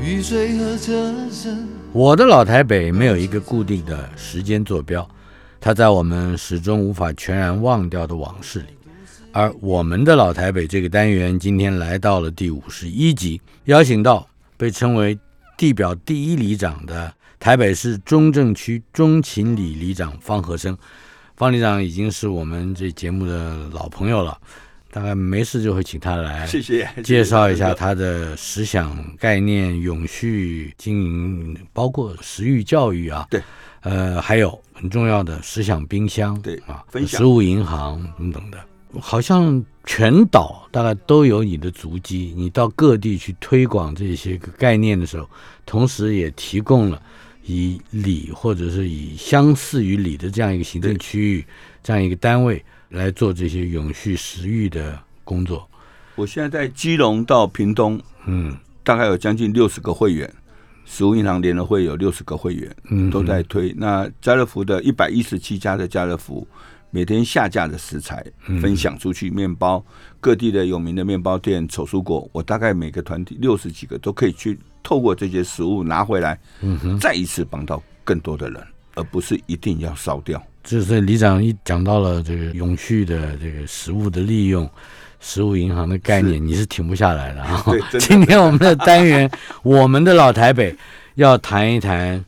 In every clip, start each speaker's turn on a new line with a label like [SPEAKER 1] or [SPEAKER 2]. [SPEAKER 1] 雨水和车声，
[SPEAKER 2] 我的老台北没有一个固定的时间坐标，它在我们始终无法全然忘掉的往事里。而我们的老台北这个单元今天来到了第五十一集，邀请到被称为地表第一里长的台北市中正区中勤里里长方和生。方里长已经是我们这节目的老朋友了，大概没事就会请他来
[SPEAKER 3] 谢谢。
[SPEAKER 2] 介绍一下他的思想概念、永续经营，包括食育教育啊，
[SPEAKER 3] 对，
[SPEAKER 2] 呃，还有很重要的思想冰箱，
[SPEAKER 3] 对
[SPEAKER 2] 啊，
[SPEAKER 3] 分享
[SPEAKER 2] 食物银行等等的，好像全岛大概都有你的足迹。你到各地去推广这些个概念的时候，同时也提供了。以里或者是以相似于里的这样一个行政
[SPEAKER 3] 对
[SPEAKER 2] 区域，这样一个单位来做这些永续食育的工作，
[SPEAKER 3] 我现在在基隆到屏东，
[SPEAKER 2] 嗯，
[SPEAKER 3] 大概有将近六十个会员，食物银行联合会有六十个会员，
[SPEAKER 2] 嗯
[SPEAKER 3] 都在推。那家乐福的一百一十七家的家乐福，每天下架的食材
[SPEAKER 2] 嗯
[SPEAKER 3] 分享出去，面包各地的有名的面包店、丑蔬果，我大概每个团体六十几个都可以去透过这些食物拿回来，
[SPEAKER 2] 嗯
[SPEAKER 3] 再一次帮到更多的人，而不是一定要烧掉。
[SPEAKER 2] 就是李长一讲到了这个永续的这个食物的利用，食物银行的概念，你是停不下来的啊！
[SPEAKER 3] 对真 的
[SPEAKER 2] 今天我们的单元，我们的老台北 要谈一谈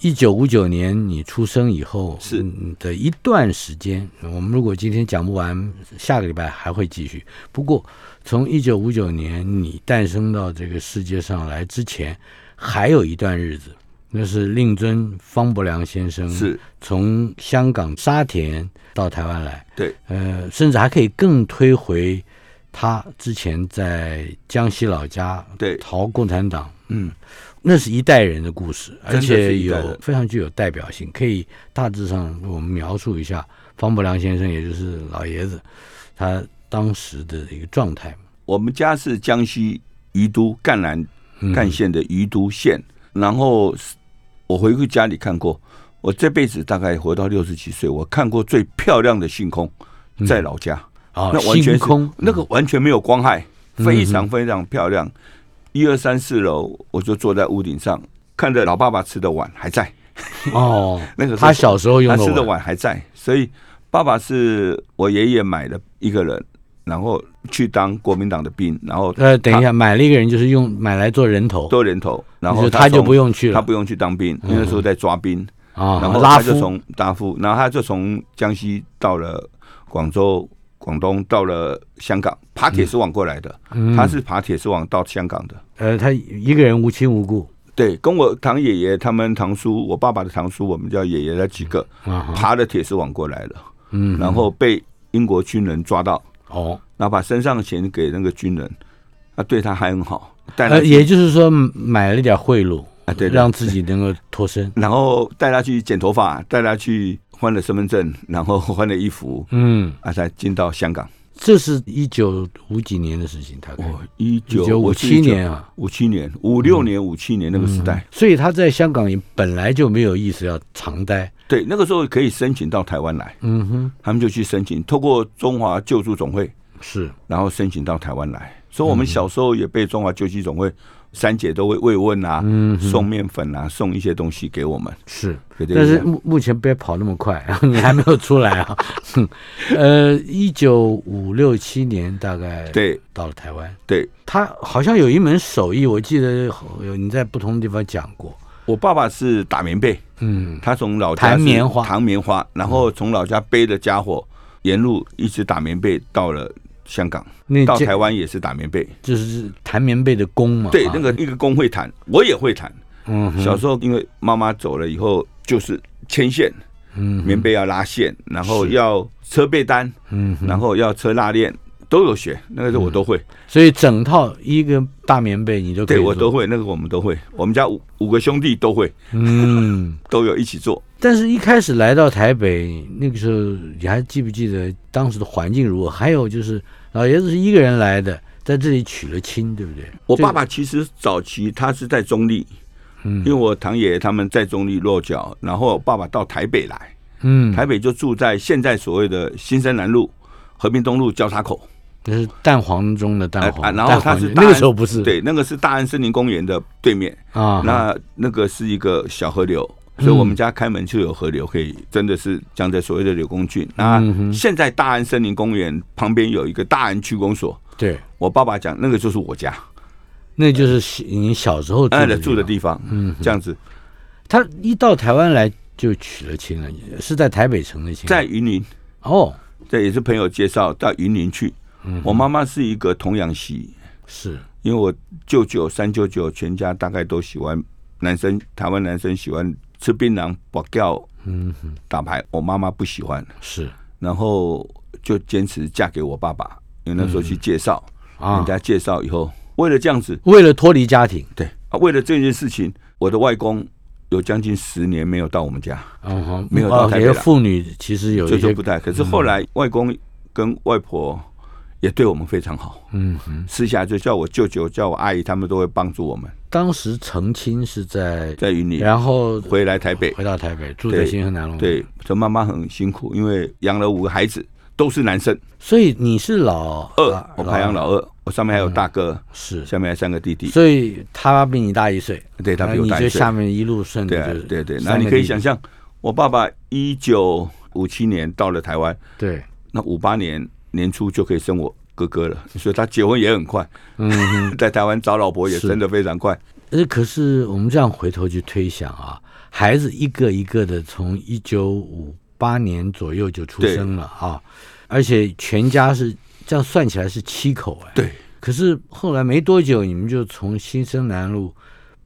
[SPEAKER 2] 一九五九年你出生以后
[SPEAKER 3] 是
[SPEAKER 2] 嗯的一段时间。我们如果今天讲不完，下个礼拜还会继续。不过从一九五九年你诞生到这个世界上来之前，还有一段日子。那是令尊方伯良先生
[SPEAKER 3] 是
[SPEAKER 2] 从香港沙田到台湾来，
[SPEAKER 3] 对，
[SPEAKER 2] 呃，甚至还可以更推回他之前在江西老家
[SPEAKER 3] 对
[SPEAKER 2] 逃共产党，
[SPEAKER 3] 嗯，
[SPEAKER 2] 那是一代人的故事，而
[SPEAKER 3] 真的是
[SPEAKER 2] 且
[SPEAKER 3] 一代
[SPEAKER 2] 有
[SPEAKER 3] 人
[SPEAKER 2] 非常具有代表性，可以大致上我们描述一下方伯良先生，也就是老爷子，他当时的一个状态。
[SPEAKER 3] 我们家是江西宜都赣南
[SPEAKER 2] 嗯
[SPEAKER 3] 赣县的宜都县，然后我回去家里看过，我这辈子大概活到六十几岁，我看过最漂亮的星空，在老家，
[SPEAKER 2] 嗯啊，
[SPEAKER 3] 那完
[SPEAKER 2] 星
[SPEAKER 3] 全是
[SPEAKER 2] 空 嗯
[SPEAKER 3] 那个完全没有光害，非常非常漂亮。一二三四楼，我就坐在屋顶上，看着老爸爸吃的碗还在，
[SPEAKER 2] 哦，
[SPEAKER 3] 那个时候
[SPEAKER 2] 他小时候用
[SPEAKER 3] 他
[SPEAKER 2] 的
[SPEAKER 3] 吃的碗还在，所以爸爸是我爷爷买的一个人，然后去当国民党的兵，然后
[SPEAKER 2] 呃，等一下，买了一个人就是用买来做人头，
[SPEAKER 3] 多人头，然后
[SPEAKER 2] 就他就
[SPEAKER 3] 从
[SPEAKER 2] 不用去了嗯
[SPEAKER 3] 他不用去当兵，因为那时候在抓兵，
[SPEAKER 2] 啊，
[SPEAKER 3] 然后
[SPEAKER 2] 拉
[SPEAKER 3] 他就
[SPEAKER 2] 夫
[SPEAKER 3] 从大夫，然后他就从江西到了广州、广东，到了香港，爬铁丝网过来的，
[SPEAKER 2] 嗯
[SPEAKER 3] 他是爬铁丝网到香港的。
[SPEAKER 2] 呃，他一个人无亲无故
[SPEAKER 3] 对，跟我堂爷爷他们堂叔，我爸爸的堂叔，我们叫爷爷那几个，
[SPEAKER 2] 啊，
[SPEAKER 3] 爬了铁丝网过来了，
[SPEAKER 2] 嗯，
[SPEAKER 3] 然后被英国军人抓到，
[SPEAKER 2] 哦，
[SPEAKER 3] 然后把身上的钱给那个军人，啊，对他还很好，带他
[SPEAKER 2] 呃，
[SPEAKER 3] 去
[SPEAKER 2] 也就是说买了点贿赂，
[SPEAKER 3] 啊，对的，
[SPEAKER 2] 让自己能够脱身，
[SPEAKER 3] 然后带他去剪头发，带他去换了身份证，然后换了 衣服，
[SPEAKER 2] 嗯，
[SPEAKER 3] 啊，才进到香港。
[SPEAKER 2] 这是一九五几年的事情，大概
[SPEAKER 3] 我一
[SPEAKER 2] 一
[SPEAKER 3] 哦九
[SPEAKER 2] 九五七年，啊，嗯
[SPEAKER 3] 五七年、五六年、五七年那个时代，
[SPEAKER 2] 所以他在香港也本来就没有意思要常待，
[SPEAKER 3] 对，那个时候可以申请到台湾来，
[SPEAKER 2] 嗯哼，
[SPEAKER 3] 他们就去申请，透过中华救助总会，
[SPEAKER 2] 是，
[SPEAKER 3] 然后申请到台湾来。所以
[SPEAKER 2] 嗯
[SPEAKER 3] 我们小时候也被中华救济总会三姐都会慰问啊，
[SPEAKER 2] 嗯哼
[SPEAKER 3] 送面粉啊，送一些东西给我们。
[SPEAKER 2] 是，
[SPEAKER 3] 给这个
[SPEAKER 2] 但是目目前别跑那么快， 你还没有出来啊， 哼呃，一九五六七年大概
[SPEAKER 3] 对
[SPEAKER 2] 到了台湾，
[SPEAKER 3] 对，
[SPEAKER 2] 他好像有一门手艺，我记得有你在不同的地方讲过，
[SPEAKER 3] 我爸爸是打棉被，
[SPEAKER 2] 嗯，
[SPEAKER 3] 他从老家
[SPEAKER 2] 弹
[SPEAKER 3] 是
[SPEAKER 2] 棉花
[SPEAKER 3] 弹棉花，然后从老家背着家伙，沿路一直打棉被到了香港，
[SPEAKER 2] 那
[SPEAKER 3] 到
[SPEAKER 2] 这
[SPEAKER 3] 台湾也是打棉被。
[SPEAKER 2] 就是弹棉被的弓嘛。
[SPEAKER 3] 对
[SPEAKER 2] 啊，
[SPEAKER 3] 那个一个工会弹，我也会弹。
[SPEAKER 2] 嗯哼
[SPEAKER 3] 小时候因为妈妈走了以后，就是牵线，
[SPEAKER 2] 嗯
[SPEAKER 3] 棉被要拉线，然后要车被单，
[SPEAKER 2] 嗯
[SPEAKER 3] 然后要车拉链，都有学。那个时候我都会，
[SPEAKER 2] 所以整套一个大棉被你都嗯可以
[SPEAKER 3] 对我
[SPEAKER 2] 做
[SPEAKER 3] 都会，那个我们都会。我们家五五个兄弟都会，
[SPEAKER 2] 嗯。
[SPEAKER 3] 都有一起做。
[SPEAKER 2] 但是，一开始来到台北那个时候，你还记不记得当时的环境如何？还有就是，老爷子是一个人来的，在这里娶了亲，对不对？
[SPEAKER 3] 我
[SPEAKER 2] 这个嗯
[SPEAKER 3] 爸爸其实早期他是在中立，因为我堂爷他们在中立落脚，然后我爸爸到台北来，
[SPEAKER 2] 嗯，
[SPEAKER 3] 台北就住在现在所谓的新生南路、和平东路交叉口。
[SPEAKER 2] 那是蛋黄中的蛋黄，
[SPEAKER 3] 啊，然后
[SPEAKER 2] 蛋
[SPEAKER 3] 他
[SPEAKER 2] 黄
[SPEAKER 3] 是
[SPEAKER 2] 中
[SPEAKER 3] 大
[SPEAKER 2] 那个
[SPEAKER 3] 安
[SPEAKER 2] 时候不是
[SPEAKER 3] 对，那个是大安森林公园的对面，
[SPEAKER 2] 啊，嗯
[SPEAKER 3] 那那个是一个小河流，所以我们家开门就有河流，可以真的是讲的所谓的柳公郡。那
[SPEAKER 2] 嗯哼
[SPEAKER 3] 现在大安森林公园旁边有一个大安区公所，
[SPEAKER 2] 对，
[SPEAKER 3] 我爸爸讲那个就是我家，
[SPEAKER 2] 那就是小你小时候住
[SPEAKER 3] 哎
[SPEAKER 2] 的，
[SPEAKER 3] 住的
[SPEAKER 2] 方。
[SPEAKER 3] 地方，嗯，这样子，
[SPEAKER 2] 他一到台湾来就娶了亲了，是在台北城的亲，
[SPEAKER 3] 在云林，
[SPEAKER 2] 哦
[SPEAKER 3] 这也是朋友介绍到云林去。
[SPEAKER 2] 嗯
[SPEAKER 3] 我妈妈是一个童养媳，
[SPEAKER 2] 是
[SPEAKER 3] 因为我舅舅、三舅舅全家大概都喜欢男生，台湾男生喜欢吃槟榔、保钓、
[SPEAKER 2] 嗯哼
[SPEAKER 3] 打牌，我妈妈不喜欢，
[SPEAKER 2] 是
[SPEAKER 3] 然后就坚持嫁给我爸爸，因为那时候去介绍，
[SPEAKER 2] 啊
[SPEAKER 3] 人，家介绍以后，为了这样子，
[SPEAKER 2] 为了脱离家庭，
[SPEAKER 3] 对啊，为了这件事情，我的外公有将近十年没有到我们家，
[SPEAKER 2] 嗯哼，
[SPEAKER 3] 没有到
[SPEAKER 2] 哦
[SPEAKER 3] 台
[SPEAKER 2] 也
[SPEAKER 3] 北
[SPEAKER 2] 就
[SPEAKER 3] 来
[SPEAKER 2] 妇女其实有
[SPEAKER 3] 这
[SPEAKER 2] 一
[SPEAKER 3] 就
[SPEAKER 2] 些
[SPEAKER 3] 不带。可是后来外公跟外婆也对我们非常好，
[SPEAKER 2] 嗯哼，
[SPEAKER 3] 私下就叫我舅舅、叫我阿姨，他们都会帮助我们，
[SPEAKER 2] 当时成亲是在
[SPEAKER 3] 在云林
[SPEAKER 2] 然后
[SPEAKER 3] 回来台北，
[SPEAKER 2] 回到台北，住
[SPEAKER 3] 对
[SPEAKER 2] 在新河南路。，
[SPEAKER 3] 对，这妈妈很辛苦，因为养了五个孩子都是男生，
[SPEAKER 2] 所以你是老
[SPEAKER 3] 二我排行老二，我上面还有大哥，
[SPEAKER 2] 是，
[SPEAKER 3] 下面还有三个弟弟。
[SPEAKER 2] 所以他比你大一岁，
[SPEAKER 3] 对他比我
[SPEAKER 2] 那
[SPEAKER 3] 大
[SPEAKER 2] 你
[SPEAKER 3] 一
[SPEAKER 2] 就
[SPEAKER 3] 岁
[SPEAKER 2] 下面一路顺
[SPEAKER 3] 对
[SPEAKER 2] 着
[SPEAKER 3] 啊
[SPEAKER 2] 就是
[SPEAKER 3] 对对，
[SPEAKER 2] 三
[SPEAKER 3] 那
[SPEAKER 2] 个
[SPEAKER 3] 你可
[SPEAKER 2] 弟
[SPEAKER 3] 以
[SPEAKER 2] 弟
[SPEAKER 3] 想，象，我爸爸一九五七年到了台湾，
[SPEAKER 2] 对，
[SPEAKER 3] 那五八年年初就可以生我哥哥了，所以他结婚也很快，
[SPEAKER 2] 嗯哼，
[SPEAKER 3] 在台湾找老婆也
[SPEAKER 2] 是
[SPEAKER 3] 生的非常快。
[SPEAKER 2] 呃，可是我们这样回头去推想啊，孩子一个一个的从一九五八年左右就出
[SPEAKER 3] 对
[SPEAKER 2] 生了啊，而且全家是这样算起来是七口哎。
[SPEAKER 3] 对。
[SPEAKER 2] 可是后来没多久，你们就从新生南路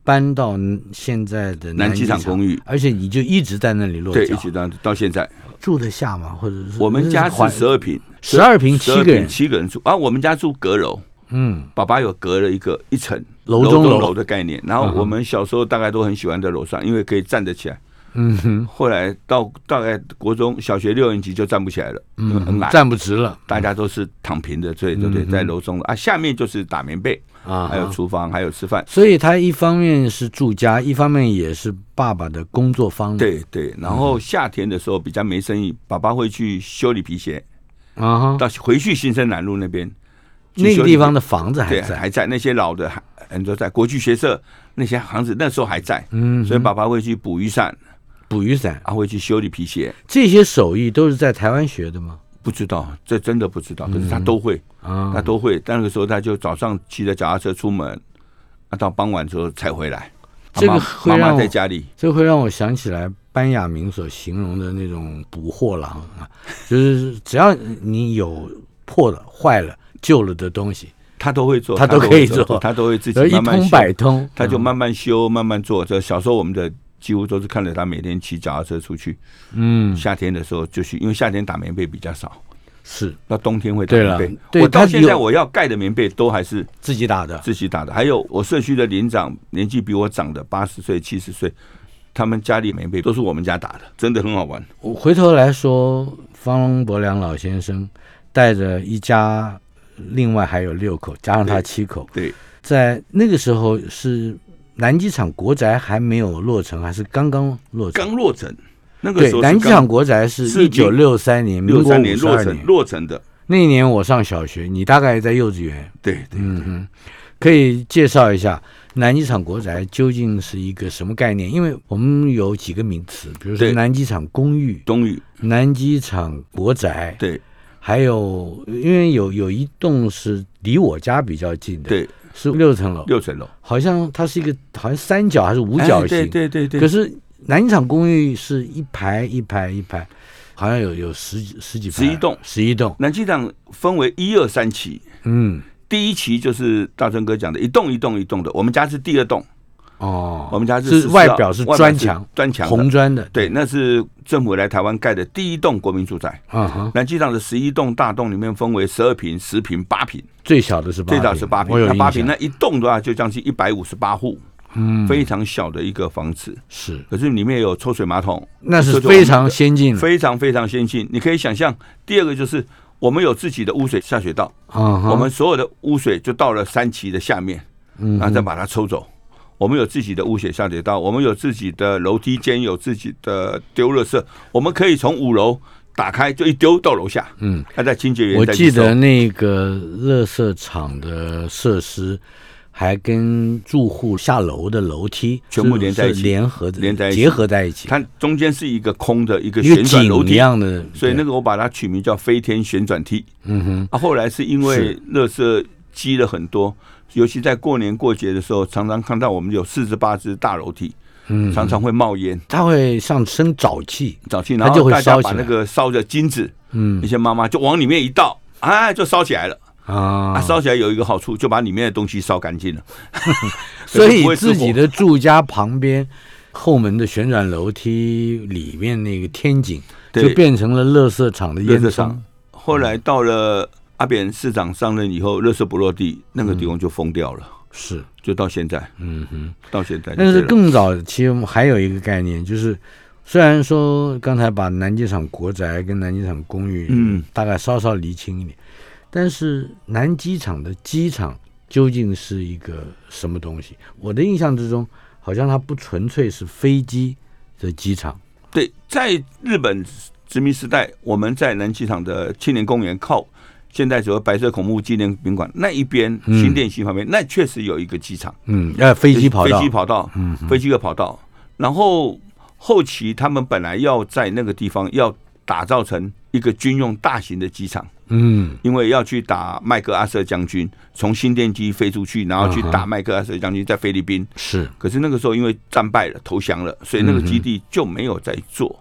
[SPEAKER 2] 搬到现在的
[SPEAKER 3] 南机场公寓
[SPEAKER 2] 而且你就一直在那里落
[SPEAKER 3] 对，
[SPEAKER 2] 脚
[SPEAKER 3] 一，直到到现在，
[SPEAKER 2] 住得下吗？或者是
[SPEAKER 3] 我们家是十二平，
[SPEAKER 2] 12平
[SPEAKER 3] 12
[SPEAKER 2] 七个人
[SPEAKER 3] 七个人住啊。我们家住阁楼，
[SPEAKER 2] 嗯
[SPEAKER 3] 爸爸有隔了一个一层
[SPEAKER 2] 楼嗯中楼
[SPEAKER 3] 楼的概念。然后我们小时候大概都很喜欢在楼上，因为可以站得起来。
[SPEAKER 2] 嗯哼
[SPEAKER 3] 后来到大概国中小学六年级就站不起来了，因为很
[SPEAKER 2] 嗯，
[SPEAKER 3] 矮，
[SPEAKER 2] 站不直了
[SPEAKER 3] 大家都是躺平的，所以对对，在楼中啊，下面就是打棉被，
[SPEAKER 2] 啊，
[SPEAKER 3] 还有厨房，还有吃饭。
[SPEAKER 2] 所以他一方面是住家，一方面也是爸爸的工作方面。
[SPEAKER 3] 对对，然后夏天的时候比较没生意，爸爸会去修理皮鞋，
[SPEAKER 2] 啊哈，
[SPEAKER 3] 到回去新生南路那边，
[SPEAKER 2] 那
[SPEAKER 3] 去修
[SPEAKER 2] 个
[SPEAKER 3] 理
[SPEAKER 2] 地方的房子还
[SPEAKER 3] 对
[SPEAKER 2] 在。
[SPEAKER 3] 还在那些老的还很多在国际学社那些行子那时候还在，
[SPEAKER 2] 嗯，
[SPEAKER 3] 所以爸爸会去补雨伞，
[SPEAKER 2] 捕雨伞
[SPEAKER 3] 啊会去修理皮鞋，
[SPEAKER 2] 这些手艺都是在台湾学的吗？
[SPEAKER 3] 不知道这真的不知道，可是他都会，
[SPEAKER 2] 嗯啊
[SPEAKER 3] 他，都会。但那个时候他就早上骑着脚踏车出门，啊到傍晚之后才回来。啊
[SPEAKER 2] 这个
[SPEAKER 3] 妈
[SPEAKER 2] 会
[SPEAKER 3] 妈
[SPEAKER 2] 让
[SPEAKER 3] 妈
[SPEAKER 2] 我
[SPEAKER 3] 在家里，
[SPEAKER 2] 这会让我想起来班亚明所形容的那种捕货郎啊，就是只要你有破了、坏了、旧了的东西，
[SPEAKER 3] 他都会做，
[SPEAKER 2] 他都可以做
[SPEAKER 3] 他都会自己
[SPEAKER 2] 然后一
[SPEAKER 3] 慢慢
[SPEAKER 2] 通
[SPEAKER 3] 修
[SPEAKER 2] 百嗯通，
[SPEAKER 3] 他就慢慢修，慢慢做。这小时候我们的几乎都是看着他每天骑脚踏车出去。
[SPEAKER 2] 嗯
[SPEAKER 3] 夏天的时候就去，因为夏天打棉被比较少，
[SPEAKER 2] 是
[SPEAKER 3] 那冬天会打
[SPEAKER 2] 对了
[SPEAKER 3] 棉被。
[SPEAKER 2] 对
[SPEAKER 3] 我到
[SPEAKER 2] 他
[SPEAKER 3] 现在
[SPEAKER 2] 有
[SPEAKER 3] 我要盖的棉被都还是
[SPEAKER 2] 自己打的，
[SPEAKER 3] 自己打的，还有我社区的邻长年纪比我长的八十岁、七十岁，他们家里棉被都是我们家打的，真的很好玩。
[SPEAKER 2] 我回头来说，方伯良老先生带着一家，另外还有六口，加上他
[SPEAKER 3] 对
[SPEAKER 2] 七口，
[SPEAKER 3] 对，
[SPEAKER 2] 在那个时候是南机场国宅还没有落成，还是刚刚落成？
[SPEAKER 3] 刚落成那个
[SPEAKER 2] 对
[SPEAKER 3] 时，候
[SPEAKER 2] 南
[SPEAKER 3] 是
[SPEAKER 2] 机场国宅是
[SPEAKER 3] 是
[SPEAKER 2] 一九六三年，民
[SPEAKER 3] 六
[SPEAKER 2] 国
[SPEAKER 3] 三
[SPEAKER 2] 五
[SPEAKER 3] 年
[SPEAKER 2] 十
[SPEAKER 3] 落
[SPEAKER 2] 二
[SPEAKER 3] 成
[SPEAKER 2] 年。
[SPEAKER 3] 落成的，
[SPEAKER 2] 那年我上小学，你大概在幼稚园。
[SPEAKER 3] 对对。
[SPEAKER 2] 嗯哼，可以介绍一下南机场国宅究竟是一个什么概念？因为我们有几个名词，比如说
[SPEAKER 3] 对
[SPEAKER 2] 南机场公寓、
[SPEAKER 3] 终于
[SPEAKER 2] 南机场国宅，
[SPEAKER 3] 对
[SPEAKER 2] 还有，因为有有一栋是离我家比较近的，，
[SPEAKER 3] 对
[SPEAKER 2] 是六层楼，
[SPEAKER 3] 六层楼
[SPEAKER 2] 好像它是一个好像三哦角还是五角形，
[SPEAKER 3] 哎对对对对
[SPEAKER 2] 可，是南机场公寓是一排一排一排，好像有有十几十几排
[SPEAKER 3] 11栋
[SPEAKER 2] 十一栋，
[SPEAKER 3] 南机场分为一二三期，
[SPEAKER 2] 嗯，
[SPEAKER 3] 第一期就是大春哥讲的一栋一栋一栋的，我们家是第二栋，
[SPEAKER 2] 哦，
[SPEAKER 3] 我们家是
[SPEAKER 2] 是
[SPEAKER 3] 14
[SPEAKER 2] 外
[SPEAKER 3] 号
[SPEAKER 2] 表是
[SPEAKER 3] 外
[SPEAKER 2] 砖墙，
[SPEAKER 3] 砖墙的
[SPEAKER 2] 红砖的，
[SPEAKER 3] 对，那是政府来台湾盖的第一栋国民住宅。
[SPEAKER 2] 啊哈，
[SPEAKER 3] 南机场的十一栋大栋里面分为十二平、十平、八平，
[SPEAKER 2] 最小的是八
[SPEAKER 3] 最
[SPEAKER 2] 平，
[SPEAKER 3] 大是八平
[SPEAKER 2] 我。有
[SPEAKER 3] 那
[SPEAKER 2] 印
[SPEAKER 3] 八
[SPEAKER 2] 象，
[SPEAKER 3] 平那一栋的话，就将近一百五十八户，
[SPEAKER 2] 嗯，
[SPEAKER 3] 非常小的一个房子。
[SPEAKER 2] 是
[SPEAKER 3] 可是里面有抽水马桶，
[SPEAKER 2] 那
[SPEAKER 3] 这
[SPEAKER 2] 是
[SPEAKER 3] 就我们
[SPEAKER 2] 非常先进的，
[SPEAKER 3] 非常非常先进。你可以想象，第二个就是我们有自己的污水下水道，
[SPEAKER 2] 啊哈，
[SPEAKER 3] 我们所有的污水就到了三期的下面，
[SPEAKER 2] 嗯
[SPEAKER 3] 然后再把它抽走。我们有自己的污水下水道，我们有自己的楼梯间，有自己的丢垃圾，我们可以从五楼打开就一丢到楼下，
[SPEAKER 2] 嗯，
[SPEAKER 3] 那在清洁员
[SPEAKER 2] 我
[SPEAKER 3] 再
[SPEAKER 2] 记
[SPEAKER 3] 去收
[SPEAKER 2] 得那个乐色场的设施。还跟住户下楼的楼梯
[SPEAKER 3] 全部
[SPEAKER 2] 是
[SPEAKER 3] 连在一起
[SPEAKER 2] 是联合的
[SPEAKER 3] 连在一起
[SPEAKER 2] 结合在一起，
[SPEAKER 3] 它中间是一个空的一个
[SPEAKER 2] 一个
[SPEAKER 3] 旋转
[SPEAKER 2] 井
[SPEAKER 3] 楼
[SPEAKER 2] 一
[SPEAKER 3] 梯，
[SPEAKER 2] 样的，
[SPEAKER 3] 所以那
[SPEAKER 2] 个
[SPEAKER 3] 个我把它取名叫飞天旋转梯。
[SPEAKER 2] 嗯哼，
[SPEAKER 3] 啊，后来是因为垃圾积了很多，尤其在过年过节的时候，常常看到我们有四至八只大楼梯，
[SPEAKER 2] 嗯
[SPEAKER 3] 常常会冒烟。
[SPEAKER 2] 它会上升沼气，
[SPEAKER 3] 早期，
[SPEAKER 2] 它
[SPEAKER 3] 然
[SPEAKER 2] 就
[SPEAKER 3] 后
[SPEAKER 2] 会
[SPEAKER 3] 大家
[SPEAKER 2] 烧
[SPEAKER 3] 把
[SPEAKER 2] 起
[SPEAKER 3] 那
[SPEAKER 2] 来
[SPEAKER 3] 个烧的金子，
[SPEAKER 2] 嗯
[SPEAKER 3] 一些妈妈就往里面一倒，啊，就烧起来了。啊，
[SPEAKER 2] 啊，
[SPEAKER 3] 烧起来有一个好处，就把里面的东西烧干 净了。
[SPEAKER 2] 所
[SPEAKER 3] 不
[SPEAKER 2] 以
[SPEAKER 3] 会失火
[SPEAKER 2] 自己的住家旁边后门的旋转楼梯里面那个天井，
[SPEAKER 3] 对
[SPEAKER 2] 就变成了垃圾场的烟
[SPEAKER 3] 热
[SPEAKER 2] 囱
[SPEAKER 3] 场。后来到了阿扁市长上任以后，热圾不落地，那个地方就封掉了，
[SPEAKER 2] 是，
[SPEAKER 3] 就到现在，
[SPEAKER 2] 嗯哼。
[SPEAKER 3] 到现在就这
[SPEAKER 2] 但
[SPEAKER 3] 样。
[SPEAKER 2] 是更早期我们还有一个概念，就是虽然说刚才把南机场国宅跟南机场公寓，
[SPEAKER 3] 嗯，
[SPEAKER 2] 大概稍稍厘清一点，但是南机场的机场究竟是一个什么东西？我的印象之中，好像它不纯粹是飞机的机场，
[SPEAKER 3] 对，在日本殖民时代，我们在南机场的青年公园靠现在所谓白色恐怖纪念宾馆那一边，
[SPEAKER 2] 嗯
[SPEAKER 3] 新店溪旁边，那确实有一个机场，
[SPEAKER 2] 嗯，呃，飞机跑道，
[SPEAKER 3] 飞机跑道，
[SPEAKER 2] 嗯
[SPEAKER 3] 飞机的跑道。然后后期他们本来要在那个地方要打造成一个军用大型的机场，
[SPEAKER 2] 嗯
[SPEAKER 3] 因为要去打麦克阿瑟将军，从新电机飞出去，然后去
[SPEAKER 2] 嗯
[SPEAKER 3] 打
[SPEAKER 2] 哼
[SPEAKER 3] 麦克阿瑟将军在菲律宾。
[SPEAKER 2] 是
[SPEAKER 3] 可是那个时候因为战败了，投降了，所以那个
[SPEAKER 2] 嗯
[SPEAKER 3] 基地就没有再做。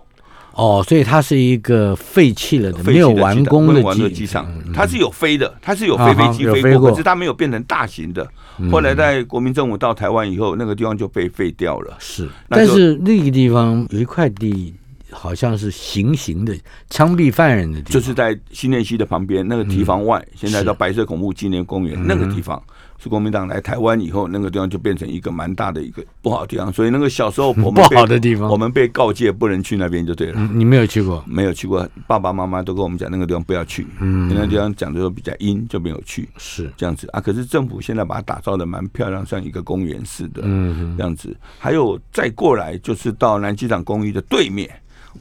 [SPEAKER 2] 哦，所以它是一个废弃了的、
[SPEAKER 3] 废
[SPEAKER 2] 呃没有
[SPEAKER 3] 弃的机场
[SPEAKER 2] 完工
[SPEAKER 3] 没有完工的
[SPEAKER 2] 机嗯
[SPEAKER 3] 机场，它是有飞的，它是有
[SPEAKER 2] 啊
[SPEAKER 3] 飞
[SPEAKER 2] 哈
[SPEAKER 3] 飞机
[SPEAKER 2] 有
[SPEAKER 3] 飞
[SPEAKER 2] 飞
[SPEAKER 3] 过，
[SPEAKER 2] 过嗯
[SPEAKER 3] 可是它没有变成大型的。后来在国民政府到台湾以后，那个地方就被废掉了。
[SPEAKER 2] 是，
[SPEAKER 3] 那
[SPEAKER 2] 但
[SPEAKER 3] 就是
[SPEAKER 2] 那个地方有一块地，好像是行刑的、枪毙犯人的地方，嗯
[SPEAKER 3] 就是在新店溪的旁边那个堤防外，现在叫白色恐怖纪念公园那个地方，是国民党来台湾以后，那个地方就变成一个蛮大的一个不好的地方。所以那个小时候我们
[SPEAKER 2] 不
[SPEAKER 3] 被
[SPEAKER 2] 好的地方
[SPEAKER 3] 我们被告诫不能去那边就对了。
[SPEAKER 2] 嗯你没有去过，
[SPEAKER 3] 没有去过，爸爸妈妈都跟我们讲那个地方不要去，
[SPEAKER 2] 嗯
[SPEAKER 3] 因为那个地方讲的都比较阴，就没有去。
[SPEAKER 2] 是，
[SPEAKER 3] 这样子啊。可是政府现在把它打造的蛮漂亮，像一个公园似的
[SPEAKER 2] 嗯
[SPEAKER 3] 这样子。还有再过来就是到南机场公寓的对面，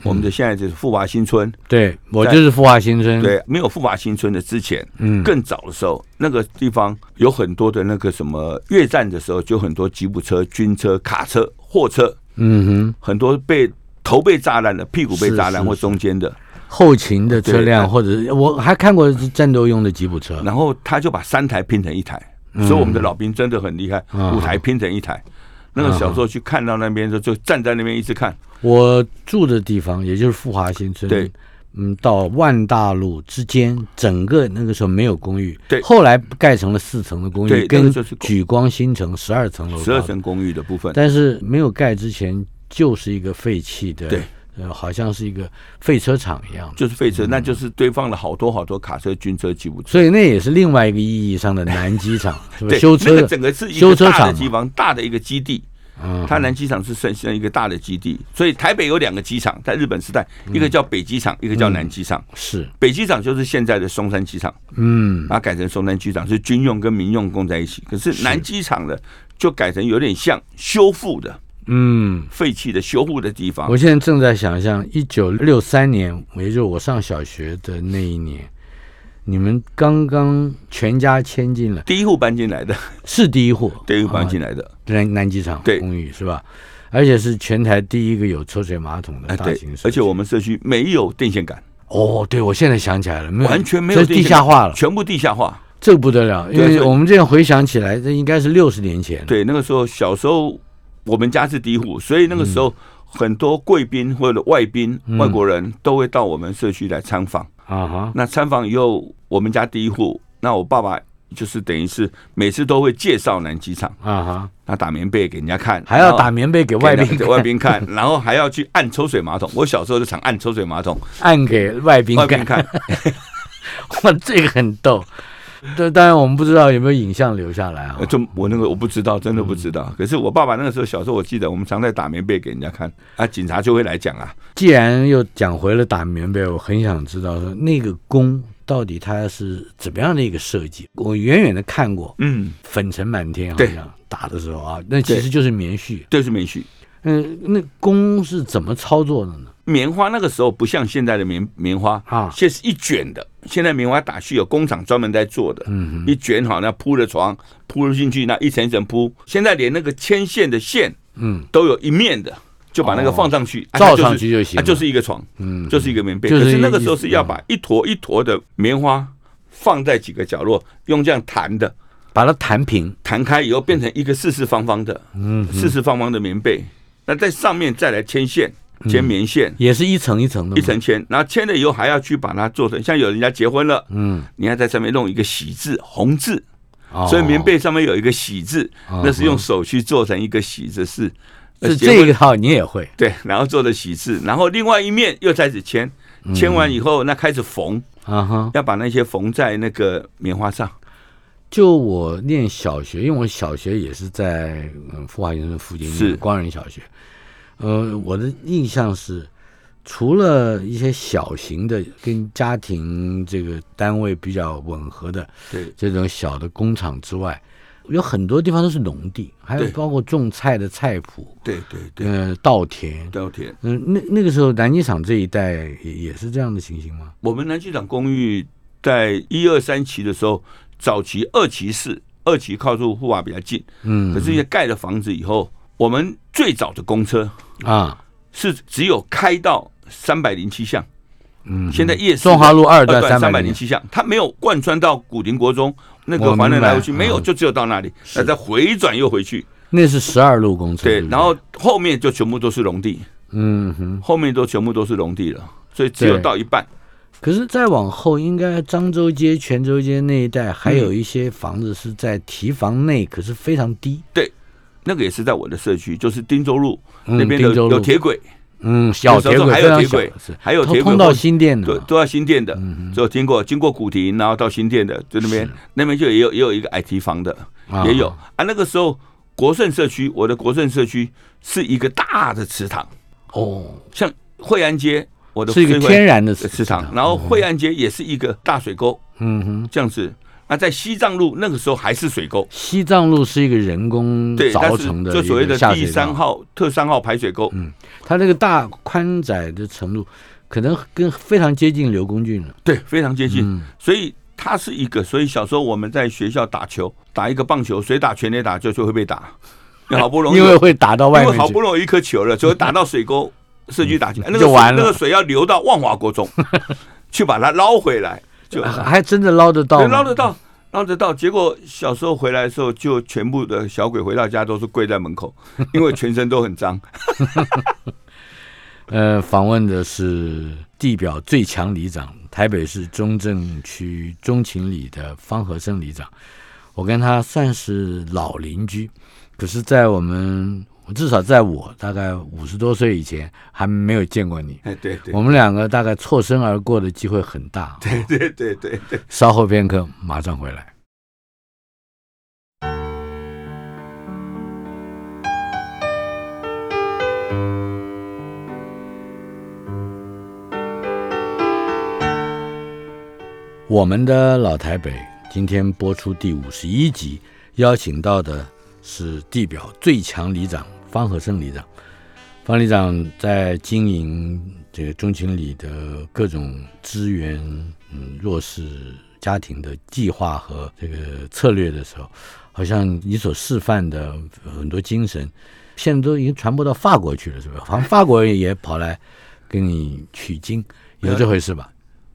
[SPEAKER 3] 我们的现在就是富华新村。
[SPEAKER 2] 哼，对我
[SPEAKER 3] 在
[SPEAKER 2] 就是富华新村，，
[SPEAKER 3] 对，没有富华新村的之前，
[SPEAKER 2] 嗯，
[SPEAKER 3] 更早的时候，那个地方有很多的那个什么越战的时候，就很多吉普车、军车、卡车、货车，
[SPEAKER 2] 嗯
[SPEAKER 3] 很多被。头被炸烂的，屁股被
[SPEAKER 2] 是
[SPEAKER 3] 炸
[SPEAKER 2] 是
[SPEAKER 3] 烂或中间的，
[SPEAKER 2] 哼，后勤的车
[SPEAKER 3] 对
[SPEAKER 2] 辆，
[SPEAKER 3] 那
[SPEAKER 2] 或者是我还看过是战斗用的吉普车，
[SPEAKER 3] 然后他就把三台拼成一台，所以我们的老兵真的很厉害，
[SPEAKER 2] 嗯
[SPEAKER 3] 五台拼成一台。那个小时候去看到那边的时候，就站在那边一直看，
[SPEAKER 2] 我住的地方，也就是富华新村，
[SPEAKER 3] 对，
[SPEAKER 2] 嗯，到万大路之间，整个那个时候没有公寓，
[SPEAKER 3] 对
[SPEAKER 2] 后来盖成了四层的公寓，
[SPEAKER 3] 对
[SPEAKER 2] 跟
[SPEAKER 3] 那个就是公
[SPEAKER 2] 举光新城十二层楼，
[SPEAKER 3] 十二，层公寓的部分。
[SPEAKER 2] 但是没有盖之前就是一个废弃的，
[SPEAKER 3] 对，
[SPEAKER 2] 呃，好像是一个废车场一样的，
[SPEAKER 3] 就是废车，那
[SPEAKER 2] 嗯
[SPEAKER 3] 就是堆放了好多好多卡车、军车、吉普车。
[SPEAKER 2] 所以那也是另外一个意义上的南机 场，是吧？
[SPEAKER 3] 对，
[SPEAKER 2] 修车
[SPEAKER 3] 那
[SPEAKER 2] 的，
[SPEAKER 3] 个整个是一
[SPEAKER 2] 修
[SPEAKER 3] 个
[SPEAKER 2] 车
[SPEAKER 3] 大的
[SPEAKER 2] 场
[SPEAKER 3] 地
[SPEAKER 2] 嘛，
[SPEAKER 3] 方，大的一个基地。
[SPEAKER 2] 嗯，
[SPEAKER 3] 它南机场是剩下一个大的基地，所以台北有两个机场，在日本时代，一个叫北机场，一个叫南机场。
[SPEAKER 2] 是，
[SPEAKER 3] 北机场就是现在的松山机场，
[SPEAKER 2] 嗯，
[SPEAKER 3] 把它改成松山机场，是军用跟民用供在一起。可是南机场呢，就改成有点像修复的、
[SPEAKER 2] 嗯。
[SPEAKER 3] 废弃的修复的地方
[SPEAKER 2] 我。现在正在想象，一九六三年，也就是我上小学的那一年，你们刚刚全家迁进了，
[SPEAKER 3] 第一户搬进来的，
[SPEAKER 2] 是第一户，
[SPEAKER 3] 第一户搬进
[SPEAKER 2] 啊
[SPEAKER 3] 来的，
[SPEAKER 2] 南南机场
[SPEAKER 3] 对
[SPEAKER 2] 公寓是吧？而且是全台第一个有抽水马桶的
[SPEAKER 3] 哎，
[SPEAKER 2] 啊大
[SPEAKER 3] 对
[SPEAKER 2] 型，设
[SPEAKER 3] 而
[SPEAKER 2] 计。
[SPEAKER 3] 且我们社区没有电线杆，
[SPEAKER 2] 哦，对，我现在想起来了，没有
[SPEAKER 3] 完全没有
[SPEAKER 2] 这是
[SPEAKER 3] 电
[SPEAKER 2] 地
[SPEAKER 3] 线杆
[SPEAKER 2] 下化了，
[SPEAKER 3] 全部地下化。
[SPEAKER 2] 这个不得了，因
[SPEAKER 3] 对
[SPEAKER 2] 为
[SPEAKER 3] 所以
[SPEAKER 2] 我们这样回想起来，这应该是六十年前。
[SPEAKER 3] 对，那个时候小时候我们家是第一户，所以那个时候很多贵宾或者外宾、
[SPEAKER 2] 嗯
[SPEAKER 3] 外国人都会到我们社区来参访。
[SPEAKER 2] 啊哈，
[SPEAKER 3] 那参访以后，我们家第一户，那我爸爸就是等于是每次都会介绍南机场，
[SPEAKER 2] 啊哈，
[SPEAKER 3] 那打棉被给人家看，
[SPEAKER 2] 还
[SPEAKER 3] 然
[SPEAKER 2] 要
[SPEAKER 3] 后
[SPEAKER 2] 打棉被给
[SPEAKER 3] 给
[SPEAKER 2] 外
[SPEAKER 3] 人家
[SPEAKER 2] 宾
[SPEAKER 3] 给外宾看，然后还要去按抽水马桶。我小时候就常按抽水马桶，
[SPEAKER 2] 按给外宾
[SPEAKER 3] 外宾
[SPEAKER 2] 看，
[SPEAKER 3] 看，
[SPEAKER 2] 哇，这个很逗。这当然我们不知道有没有影像留下来啊
[SPEAKER 3] 呃，就我那个我不知道，真的
[SPEAKER 2] 嗯
[SPEAKER 3] 不知道。可是我爸爸那个时候小时候，我记得我们常在打棉被给人家看，啊，警察就会来讲啊，
[SPEAKER 2] 既然又讲回了打棉被，我很想知道说那个弓到底它是怎么样的一个设计。我远远的看过，
[SPEAKER 3] 嗯，
[SPEAKER 2] 粉尘满天，好
[SPEAKER 3] 对
[SPEAKER 2] 像打的时候啊，那其实就是棉絮。
[SPEAKER 3] 对，是棉絮。
[SPEAKER 2] 嗯，那弓是怎么操作的呢？
[SPEAKER 3] 棉花那个时候不像现在的棉棉花
[SPEAKER 2] 啊
[SPEAKER 3] 现在是一卷的。现在棉花打絮有工厂专门在做的，嗯，一卷好，那铺了床铺进去，那一层一层铺。现在连那个牵线的线
[SPEAKER 2] 嗯，哦
[SPEAKER 3] 都有一面的，就把那个放上去，啊
[SPEAKER 2] 罩上去就行
[SPEAKER 3] 它
[SPEAKER 2] 了
[SPEAKER 3] 就是它就是一个床，嗯，就是一个棉被。
[SPEAKER 2] 就是
[SPEAKER 3] 可是那个
[SPEAKER 2] 一
[SPEAKER 3] 时候是要
[SPEAKER 2] 嗯
[SPEAKER 3] 把一坨一坨的棉花放在几个角落，用这样弹的，
[SPEAKER 2] 把它弹平。
[SPEAKER 3] 弹开以后变成一个四四方方的，嗯，四四方方的棉被。那在上面再来牵线，
[SPEAKER 2] 嗯
[SPEAKER 3] 牵棉线，
[SPEAKER 2] 也是一层一层的吗，
[SPEAKER 3] 一层签，然后签了以后还要去把它做成，像有人家结婚了，嗯，你要在上面弄一个喜字、红字，
[SPEAKER 2] 哦，
[SPEAKER 3] 所以棉被上面有一个喜字，
[SPEAKER 2] 哦
[SPEAKER 3] 那是用手去做成一个喜字是，呃
[SPEAKER 2] 是
[SPEAKER 3] 结婚
[SPEAKER 2] 这个号你也会
[SPEAKER 3] 对，然后做的喜字，然后另外一面又开始签，
[SPEAKER 2] 嗯
[SPEAKER 3] 签完以后那开始缝，
[SPEAKER 2] 啊哈。
[SPEAKER 3] 要把那些缝在那个棉花上，
[SPEAKER 2] 就我念小学，因为我小学也是在嗯富华园的附近
[SPEAKER 3] 是
[SPEAKER 2] 念光仁小学，呃，我的印象是，除了一些小型的跟家庭这个单位比较吻合的
[SPEAKER 3] 对
[SPEAKER 2] 这种小的工厂之外，有很多地方都是农地，还有
[SPEAKER 3] 对
[SPEAKER 2] 包括种菜的菜圃，
[SPEAKER 3] 对对对，
[SPEAKER 2] 呃，稻田。
[SPEAKER 3] 稻田。
[SPEAKER 2] 嗯、那那个时候南机场这一带也也是这样的情形吗？
[SPEAKER 3] 我们南机场公寓在一二三期的时候，早期二期是二期靠住护瓦比较近，
[SPEAKER 2] 嗯，
[SPEAKER 3] 可是也盖了房子以后，我们最早的公车
[SPEAKER 2] 啊，
[SPEAKER 3] 是只有开到三百零七巷，嗯，现在夜市呃
[SPEAKER 2] 中华路二段
[SPEAKER 3] 段三百零
[SPEAKER 2] 307
[SPEAKER 3] 七巷，它没有贯穿到古亭国中那
[SPEAKER 2] 我
[SPEAKER 3] 个
[SPEAKER 2] 明
[SPEAKER 3] 华南来回去，
[SPEAKER 2] 白
[SPEAKER 3] 没有，
[SPEAKER 2] 嗯
[SPEAKER 3] 就只有到那里，那再回转又回去，
[SPEAKER 2] 那是十二路公车。
[SPEAKER 3] 对
[SPEAKER 2] 不，
[SPEAKER 3] 然后后面就全部都是农地，
[SPEAKER 2] 嗯哼。
[SPEAKER 3] 后面都全部都是农地了，所以只有
[SPEAKER 2] 对
[SPEAKER 3] 到一半，
[SPEAKER 2] 可是再往后，应该漳州街、泉州街那一带，还有一些房子是在提防内，可是非常低。
[SPEAKER 3] 那个也是在我的社区，就是汀州路
[SPEAKER 2] 嗯
[SPEAKER 3] 那边有
[SPEAKER 2] 汀州路
[SPEAKER 3] 有铁轨，
[SPEAKER 2] 嗯，小铁轨
[SPEAKER 3] 还
[SPEAKER 2] 非
[SPEAKER 3] 有
[SPEAKER 2] 常
[SPEAKER 3] 铁
[SPEAKER 2] 小
[SPEAKER 3] 轨，
[SPEAKER 2] 是
[SPEAKER 3] 还有
[SPEAKER 2] 通
[SPEAKER 3] 铁轨
[SPEAKER 2] 通到新店的
[SPEAKER 3] 都
[SPEAKER 2] 嘛。
[SPEAKER 3] 都要新店的，
[SPEAKER 2] 嗯
[SPEAKER 3] 只有经过经过古亭，然后到新店的，就那边那边就也有也有一个矮堤防的，
[SPEAKER 2] 啊
[SPEAKER 3] 也有啊。那个时候国盛社区，我的国盛社区是一个大的池塘，
[SPEAKER 2] 哦，
[SPEAKER 3] 像惠安街，我的
[SPEAKER 2] 是一个
[SPEAKER 3] 惠
[SPEAKER 2] 天然的
[SPEAKER 3] 的
[SPEAKER 2] 池
[SPEAKER 3] 池塘，然后惠安街也是一个大水沟
[SPEAKER 2] 嗯哼，
[SPEAKER 3] 这样子。那在西藏路那个时候还是水沟，
[SPEAKER 2] 西藏路是一个人工
[SPEAKER 3] 对，但
[SPEAKER 2] 凿
[SPEAKER 3] 是
[SPEAKER 2] 成的，
[SPEAKER 3] 就所谓的
[SPEAKER 2] 下
[SPEAKER 3] 第
[SPEAKER 2] 水
[SPEAKER 3] 三
[SPEAKER 2] 道。
[SPEAKER 3] 号特三号排水沟，
[SPEAKER 2] 它这个大宽窄的程度，可能跟非常接近刘公俊了。
[SPEAKER 3] 对，非常接
[SPEAKER 2] 嗯
[SPEAKER 3] 近。所以它是一个，所以小时候我们在学校打球，打一个棒球，谁打全垒打就就会被打， 好不容易
[SPEAKER 2] 因为会打到外
[SPEAKER 3] 因
[SPEAKER 2] 面
[SPEAKER 3] 为好
[SPEAKER 2] 去
[SPEAKER 3] 不。容易一颗球了，所以打到 水沟社区打球，那
[SPEAKER 2] 嗯
[SPEAKER 3] 个
[SPEAKER 2] 就
[SPEAKER 3] 水
[SPEAKER 2] 完了
[SPEAKER 3] 那个水要流到万华 国中去把它捞回来，就
[SPEAKER 2] 啊还真的捞得到
[SPEAKER 3] 对
[SPEAKER 2] 吗，
[SPEAKER 3] 捞得到。捞得到，结果小时候回来的时候，就全部的小鬼回到家都是跪在门口，因为全身都很脏。
[SPEAKER 2] 呃，访问的是地表最强里长，台北市中正区中情里的方和生里长。我跟他算是老邻居，可是，在我们至少在我大概五十多岁以前，还没有见过你。
[SPEAKER 3] 哎，对对
[SPEAKER 2] 我们两个大概错身而过的机会很大。啊对，
[SPEAKER 3] 对对对对。
[SPEAKER 2] 稍后片刻，马上回来。我们的老台北今天播出第五十一集，邀请到的是地表最强里长方和生里长。方里长在经营这个中情里的各种支援，嗯，弱势家庭的计划和这个策略的时候，好像你所示范的很多精神，现在都已经传播到法国去了，是吧？好像法国也跑来跟你取经，
[SPEAKER 3] 啊
[SPEAKER 2] 有这回事吧？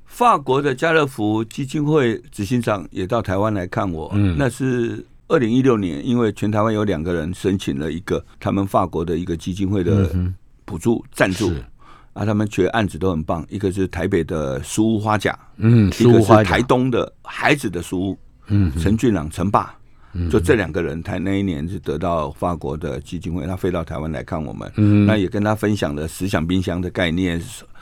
[SPEAKER 3] 法国的家乐福基金会执行长也到台湾来看我，
[SPEAKER 2] 嗯
[SPEAKER 3] 那是二零一六年，因为全台湾有两个人申请了一个他们法国的一个基金会的补助赞助
[SPEAKER 2] 嗯是。
[SPEAKER 3] 啊，他们觉得案子都很棒，一个是台北的书屋花甲，
[SPEAKER 2] 嗯，
[SPEAKER 3] 一
[SPEAKER 2] 书
[SPEAKER 3] 个
[SPEAKER 2] 屋花
[SPEAKER 3] 是
[SPEAKER 2] 甲
[SPEAKER 3] 台，东的孩子的书屋，嗯，陈俊朗、陈爸，
[SPEAKER 2] 嗯
[SPEAKER 3] 就这两个人，他那一年是得到法国的基金会，他飞到台湾来看我们，嗯，那也跟他分享了十响冰箱的概念，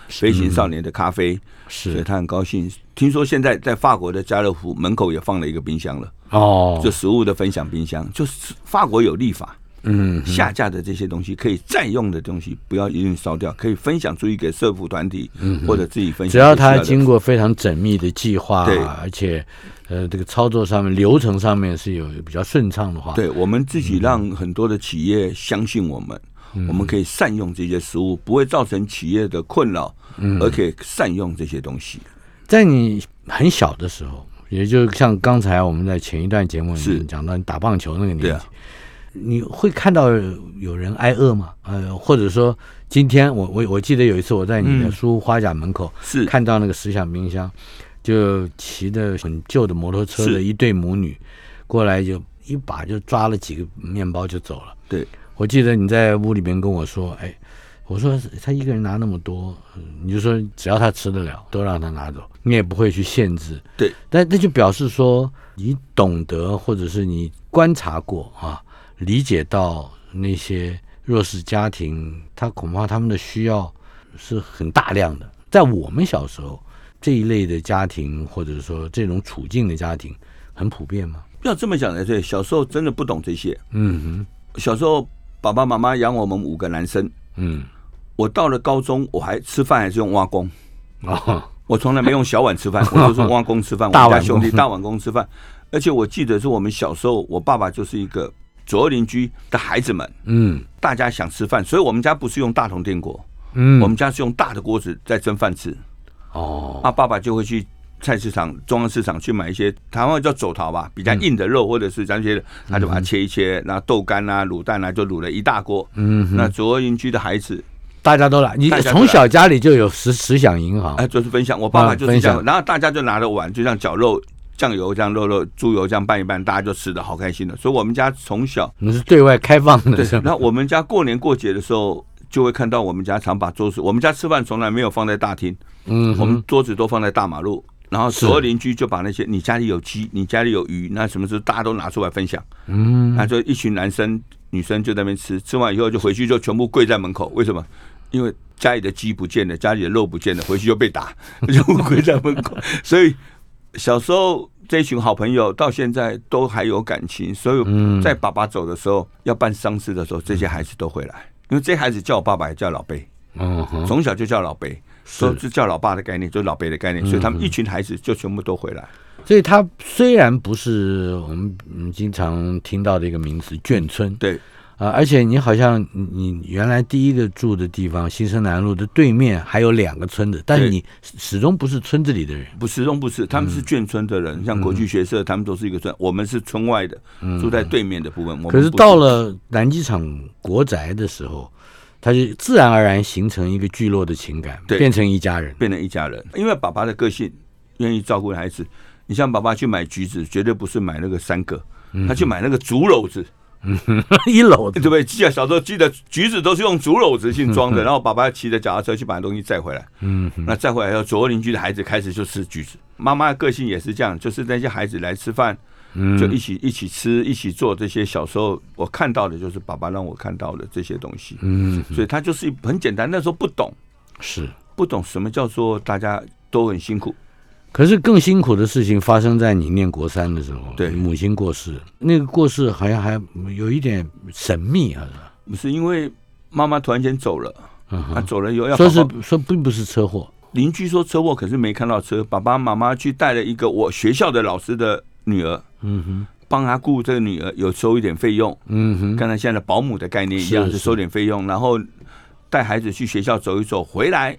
[SPEAKER 3] 飞行少年的咖啡，所以
[SPEAKER 2] 是
[SPEAKER 3] 他很高兴。听说现在在法国的家乐福门口也放了一个冰箱了，
[SPEAKER 2] 哦，
[SPEAKER 3] 就食物的分享冰箱，就是法国有立法。
[SPEAKER 2] 嗯，
[SPEAKER 3] 下架的这些东西可以再用的东西，不要一定烧掉，可以分享出去给社福团体、或者自己
[SPEAKER 2] 嗯
[SPEAKER 3] 分享给
[SPEAKER 2] 只
[SPEAKER 3] 需的
[SPEAKER 2] 要
[SPEAKER 3] 人。
[SPEAKER 2] 它经过非常缜密的计划
[SPEAKER 3] 对，
[SPEAKER 2] 而且呃这个操作上面流程上面是有比较顺畅的话，
[SPEAKER 3] 对我们自
[SPEAKER 2] 嗯
[SPEAKER 3] 己让很多的企业相信我们，我们可以善用这些食物，不会造成企业的困扰，
[SPEAKER 2] 嗯
[SPEAKER 3] 而且善用这些东西。
[SPEAKER 2] 在你很小的时候，也就像刚才我们在前一段节目里
[SPEAKER 3] 是
[SPEAKER 2] 面讲到你打棒球那个年纪，
[SPEAKER 3] 对啊
[SPEAKER 2] 你会看到有人挨饿吗？呃，或者说今天我我我记得有一次我在你的
[SPEAKER 3] 嗯
[SPEAKER 2] 书屋花甲门口、
[SPEAKER 3] 是
[SPEAKER 2] 看到那个十响冰箱，就骑着很旧的摩托车的
[SPEAKER 3] 是
[SPEAKER 2] 一对母女过来就一把就抓了几个面包就走了。
[SPEAKER 3] 对，
[SPEAKER 2] 我记得你在屋里面跟我说，哎，我说他一个人拿那么多，嗯你就说只要他吃得了，都让他拿走，你也不会去限制。
[SPEAKER 3] 对，
[SPEAKER 2] 但那就表示说你懂得，或者是你观察过啊，理解到那些弱势家庭，他恐怕他们的需要是很大量的。在我们小时候，这一类的家庭，或者说这种处境的家庭，很普遍吗？
[SPEAKER 3] 不要这么讲才对。小时候真的不懂这些，
[SPEAKER 2] 嗯
[SPEAKER 3] 小时候爸爸妈妈养我们五个男生，
[SPEAKER 2] 哼，嗯，
[SPEAKER 3] 我到了高中，我还吃饭还是用挖工。
[SPEAKER 2] 哦，
[SPEAKER 3] 我从来没用小碗吃饭， 我就是用挖工吃饭，我
[SPEAKER 2] 大
[SPEAKER 3] 们家
[SPEAKER 2] 碗
[SPEAKER 3] 兄弟
[SPEAKER 2] 公
[SPEAKER 3] 大碗工吃饭。而且我记得是我们小时候，我爸爸就是一个左右邻居的孩子们，
[SPEAKER 2] 嗯
[SPEAKER 3] 大家想吃饭，所以我们家不是用大铜电锅，
[SPEAKER 2] 嗯，
[SPEAKER 3] 我们家是用大的锅子在蒸饭吃。
[SPEAKER 2] 哦，
[SPEAKER 3] 那爸爸就会去菜市场、中央市场去买一些台湾叫走桃吧，比较硬的肉或者是这
[SPEAKER 2] 嗯
[SPEAKER 3] 些的，他就把它切一切，然后豆干啊、卤蛋啊，就卤了一大锅。
[SPEAKER 2] 嗯，
[SPEAKER 3] 那左右邻居的孩子，
[SPEAKER 2] 大家都来，你
[SPEAKER 3] 大家都来
[SPEAKER 2] 从小家里就有十十响银行，
[SPEAKER 3] 哎，就是分享。我爸爸
[SPEAKER 2] 哦
[SPEAKER 3] 就是这
[SPEAKER 2] 啊分享
[SPEAKER 3] 样，然后大家就拿着碗，就像绞肉、酱油这样肉肉、猪油这样拌一拌，大家就吃的好开心的。所以我们家从小，
[SPEAKER 2] 你是对外开放的，
[SPEAKER 3] 对
[SPEAKER 2] 是，吧
[SPEAKER 3] 那我们家过年过节的时候。就会看到我们家常把桌子，我们家吃饭从来没有放在大厅，
[SPEAKER 2] 嗯哼，
[SPEAKER 3] 我们桌子都放在大马路，然后
[SPEAKER 2] 是
[SPEAKER 3] 所有邻居就把那些你家里有鸡，你家里有鱼，那什么事大家都拿出来分享。
[SPEAKER 2] 嗯
[SPEAKER 3] 那就一群男生女生就在那边吃，吃完以后就回去就全部跪在门口，为什么？因为家里的鸡不见了，家里的肉不见了，回去就被打， 就跪在门口。所以小时候这群好朋友到现在都还有感情，所
[SPEAKER 2] 嗯
[SPEAKER 3] 以在爸爸走的时候、要办丧事的时候，这些孩子都会来，因为这些孩子叫我爸爸也叫老贝。
[SPEAKER 2] 嗯哼，
[SPEAKER 3] 从小就叫老辈，说是叫老爸的概念，就是老辈的概
[SPEAKER 2] 嗯
[SPEAKER 3] 念，所以他们一群孩子就全部都回来。
[SPEAKER 2] 所以它虽然不是我们嗯经常听到的一个名词“眷村”，
[SPEAKER 3] 对，
[SPEAKER 2] 啊，而且你好像你你原来第一个住的地方新生南路的对面还有两个村子，但是
[SPEAKER 3] 对
[SPEAKER 2] 你始始终不是村子里的人，
[SPEAKER 3] 不是，都不是，
[SPEAKER 2] 嗯
[SPEAKER 3] 他们是眷村的人，像国际学社，他们都是一个村，我们是村外的，住在对面的部分。我们
[SPEAKER 2] 嗯可是
[SPEAKER 3] 不
[SPEAKER 2] 到了南机场国宅的时候，它就自然而然形成一个聚落的情感，
[SPEAKER 3] 对
[SPEAKER 2] 变成一家人。
[SPEAKER 3] 变成一家人，因为爸爸的个性愿意照顾孩子。你像爸爸去买橘子，绝对不是买那个三个，
[SPEAKER 2] 嗯
[SPEAKER 3] 他去买那个竹篓子，
[SPEAKER 2] 一楼
[SPEAKER 3] 对不对？记得小时候记得橘子都是用竹篓子去装的，然后爸爸骑着脚踏车去把东西载回来。嗯，那载回来以后，左右邻居的孩子开始就吃橘子。妈妈的个性也是这样，就是那些孩子来吃饭，就一起一起吃，一起做这些小时候我看到的，就是爸爸让我看到的这些东西。
[SPEAKER 2] 嗯，
[SPEAKER 3] 所以他就是很简单，那时候不懂，
[SPEAKER 2] 是。
[SPEAKER 3] 不懂什么叫做大家都很辛苦。
[SPEAKER 2] 可是更辛苦的事情发生在你念国三的时候，
[SPEAKER 3] 对
[SPEAKER 2] 你母亲过世，那个过世好像还有一点神秘啊，
[SPEAKER 3] 不是因为妈妈突然间走了，
[SPEAKER 2] 嗯
[SPEAKER 3] 她走了以后要
[SPEAKER 2] 说
[SPEAKER 3] 好好
[SPEAKER 2] 是说并不是车祸，
[SPEAKER 3] 邻居说车祸，可是没看到车。爸爸妈妈去带了一个我学校的老师的女儿，
[SPEAKER 2] 嗯哼，
[SPEAKER 3] 帮他雇这个女儿，有收一点费用，
[SPEAKER 2] 嗯哼，
[SPEAKER 3] 跟他现在的保姆的概念一样，
[SPEAKER 2] 是
[SPEAKER 3] 是收点费用，然后带孩子去学校走一走，回来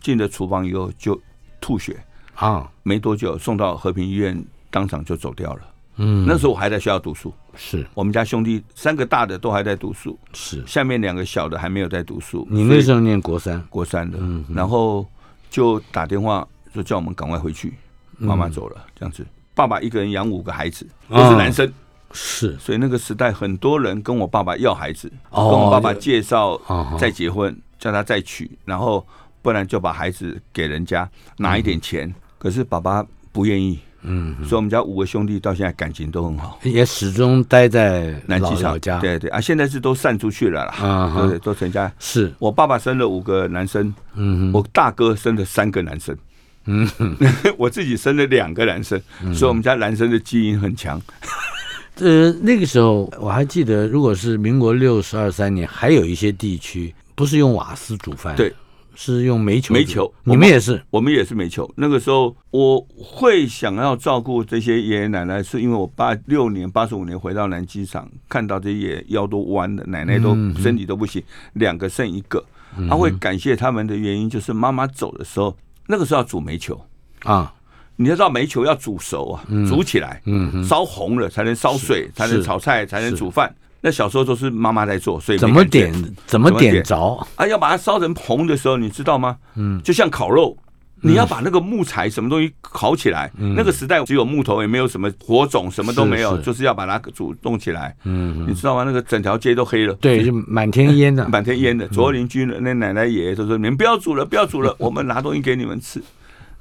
[SPEAKER 3] 进了厨房以后就吐血，
[SPEAKER 2] 啊，
[SPEAKER 3] 没多久送到和平医院，当场就走掉了。
[SPEAKER 2] 嗯，
[SPEAKER 3] 那时候我还在学校读书，
[SPEAKER 2] 是
[SPEAKER 3] 我们家兄弟三个大的都还在读书，
[SPEAKER 2] 是，
[SPEAKER 3] 下面两个小的还没有在读书。
[SPEAKER 2] 你那时
[SPEAKER 3] 候
[SPEAKER 2] 候念国三，
[SPEAKER 3] 国三的，
[SPEAKER 2] 嗯
[SPEAKER 3] 然后就打电话就叫我们赶快回去，妈妈走了这样子。爸爸一个人养五个孩子，都是
[SPEAKER 2] 嗯啊
[SPEAKER 3] 男生，
[SPEAKER 2] 是
[SPEAKER 3] 所以那个时代很多人跟我爸爸要孩子，
[SPEAKER 2] 哦
[SPEAKER 3] 跟我爸爸介绍
[SPEAKER 2] 哦
[SPEAKER 3] 再结婚，叫他再娶，然后不然就把孩子给人家拿一点
[SPEAKER 2] 嗯
[SPEAKER 3] 钱。可是爸爸不愿意，嗯，所以我们家五个兄弟到现在感情都很好。
[SPEAKER 2] 也始终待在
[SPEAKER 3] 南
[SPEAKER 2] 老
[SPEAKER 3] 极
[SPEAKER 2] 老
[SPEAKER 3] 上，
[SPEAKER 2] 家。，
[SPEAKER 3] 对对啊，现在是都散出去了
[SPEAKER 2] 嗯
[SPEAKER 3] 啦，
[SPEAKER 2] 哼
[SPEAKER 3] 对对，都成家。
[SPEAKER 2] 是，
[SPEAKER 3] 我爸爸生了五个男生，
[SPEAKER 2] 嗯
[SPEAKER 3] 我大哥生了三个男生，嗯， 我自己生了两个男生，所以我们家男生的基因很强。
[SPEAKER 2] 哼，呃，那个时候我还记得，如果是民国六十二三年，还有一些地区不是用瓦斯煮饭，
[SPEAKER 3] 对，
[SPEAKER 2] 是用煤球煮。
[SPEAKER 3] 煤球
[SPEAKER 2] 你
[SPEAKER 3] 我妈
[SPEAKER 2] 们也是，
[SPEAKER 3] 我们也是煤球。那个时候我会想要照顾这些爷爷奶奶，是因为我八六年、八十五年回到南机场，看到这些爷爷腰都弯了，奶奶都身体都不行，两个剩一个。他、会感谢他们的原因就是妈妈走的时候，那个时候要煮煤球。
[SPEAKER 2] 啊，
[SPEAKER 3] 你要知道煤球要煮熟啊，
[SPEAKER 2] 嗯
[SPEAKER 3] 煮起来，烧红了才能烧水，才能炒菜，才能煮饭。那小时候都是妈妈在做，所以没
[SPEAKER 2] 怎么
[SPEAKER 3] 感觉
[SPEAKER 2] 点怎么
[SPEAKER 3] 怎么
[SPEAKER 2] 点
[SPEAKER 3] 点
[SPEAKER 2] 着？
[SPEAKER 3] 啊，要把它烧成红的时候，你知道吗？嗯，就像烤肉，你要把那个木材什么东西烤起来。那个时代只有木头，也没有什么火种，什么都没有，
[SPEAKER 2] 嗯是
[SPEAKER 3] 就是要把它煮弄起来。嗯，你知道吗？那个整条街都黑了。
[SPEAKER 2] 对，就满天烟的。
[SPEAKER 3] 满天烟的，左右邻居那奶奶爷爷都说：“你们不要煮了，不要煮了，我们拿东西给你们吃。”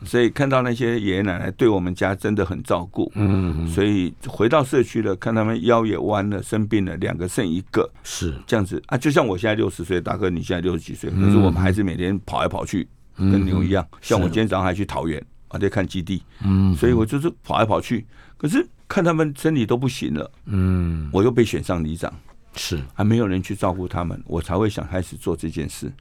[SPEAKER 3] 所以看到那些爷爷奶奶对我们家真的很照顾，嗯，所以回到社区了，看他们腰也弯了，生病了，两个剩一个，
[SPEAKER 2] 是，
[SPEAKER 3] 这样子啊，就像我现在六十岁，大哥你现在六十几岁，可是我们还是每天跑来跑去，跟牛一样。像我今天早上还去桃园啊，在看基地，嗯，所以我就是跑来跑去。可是看他们身体都不行了，
[SPEAKER 2] 嗯，
[SPEAKER 3] 我又被选上里长，
[SPEAKER 2] 是
[SPEAKER 3] 还没有人去照顾他们，我才会想开始做这件事。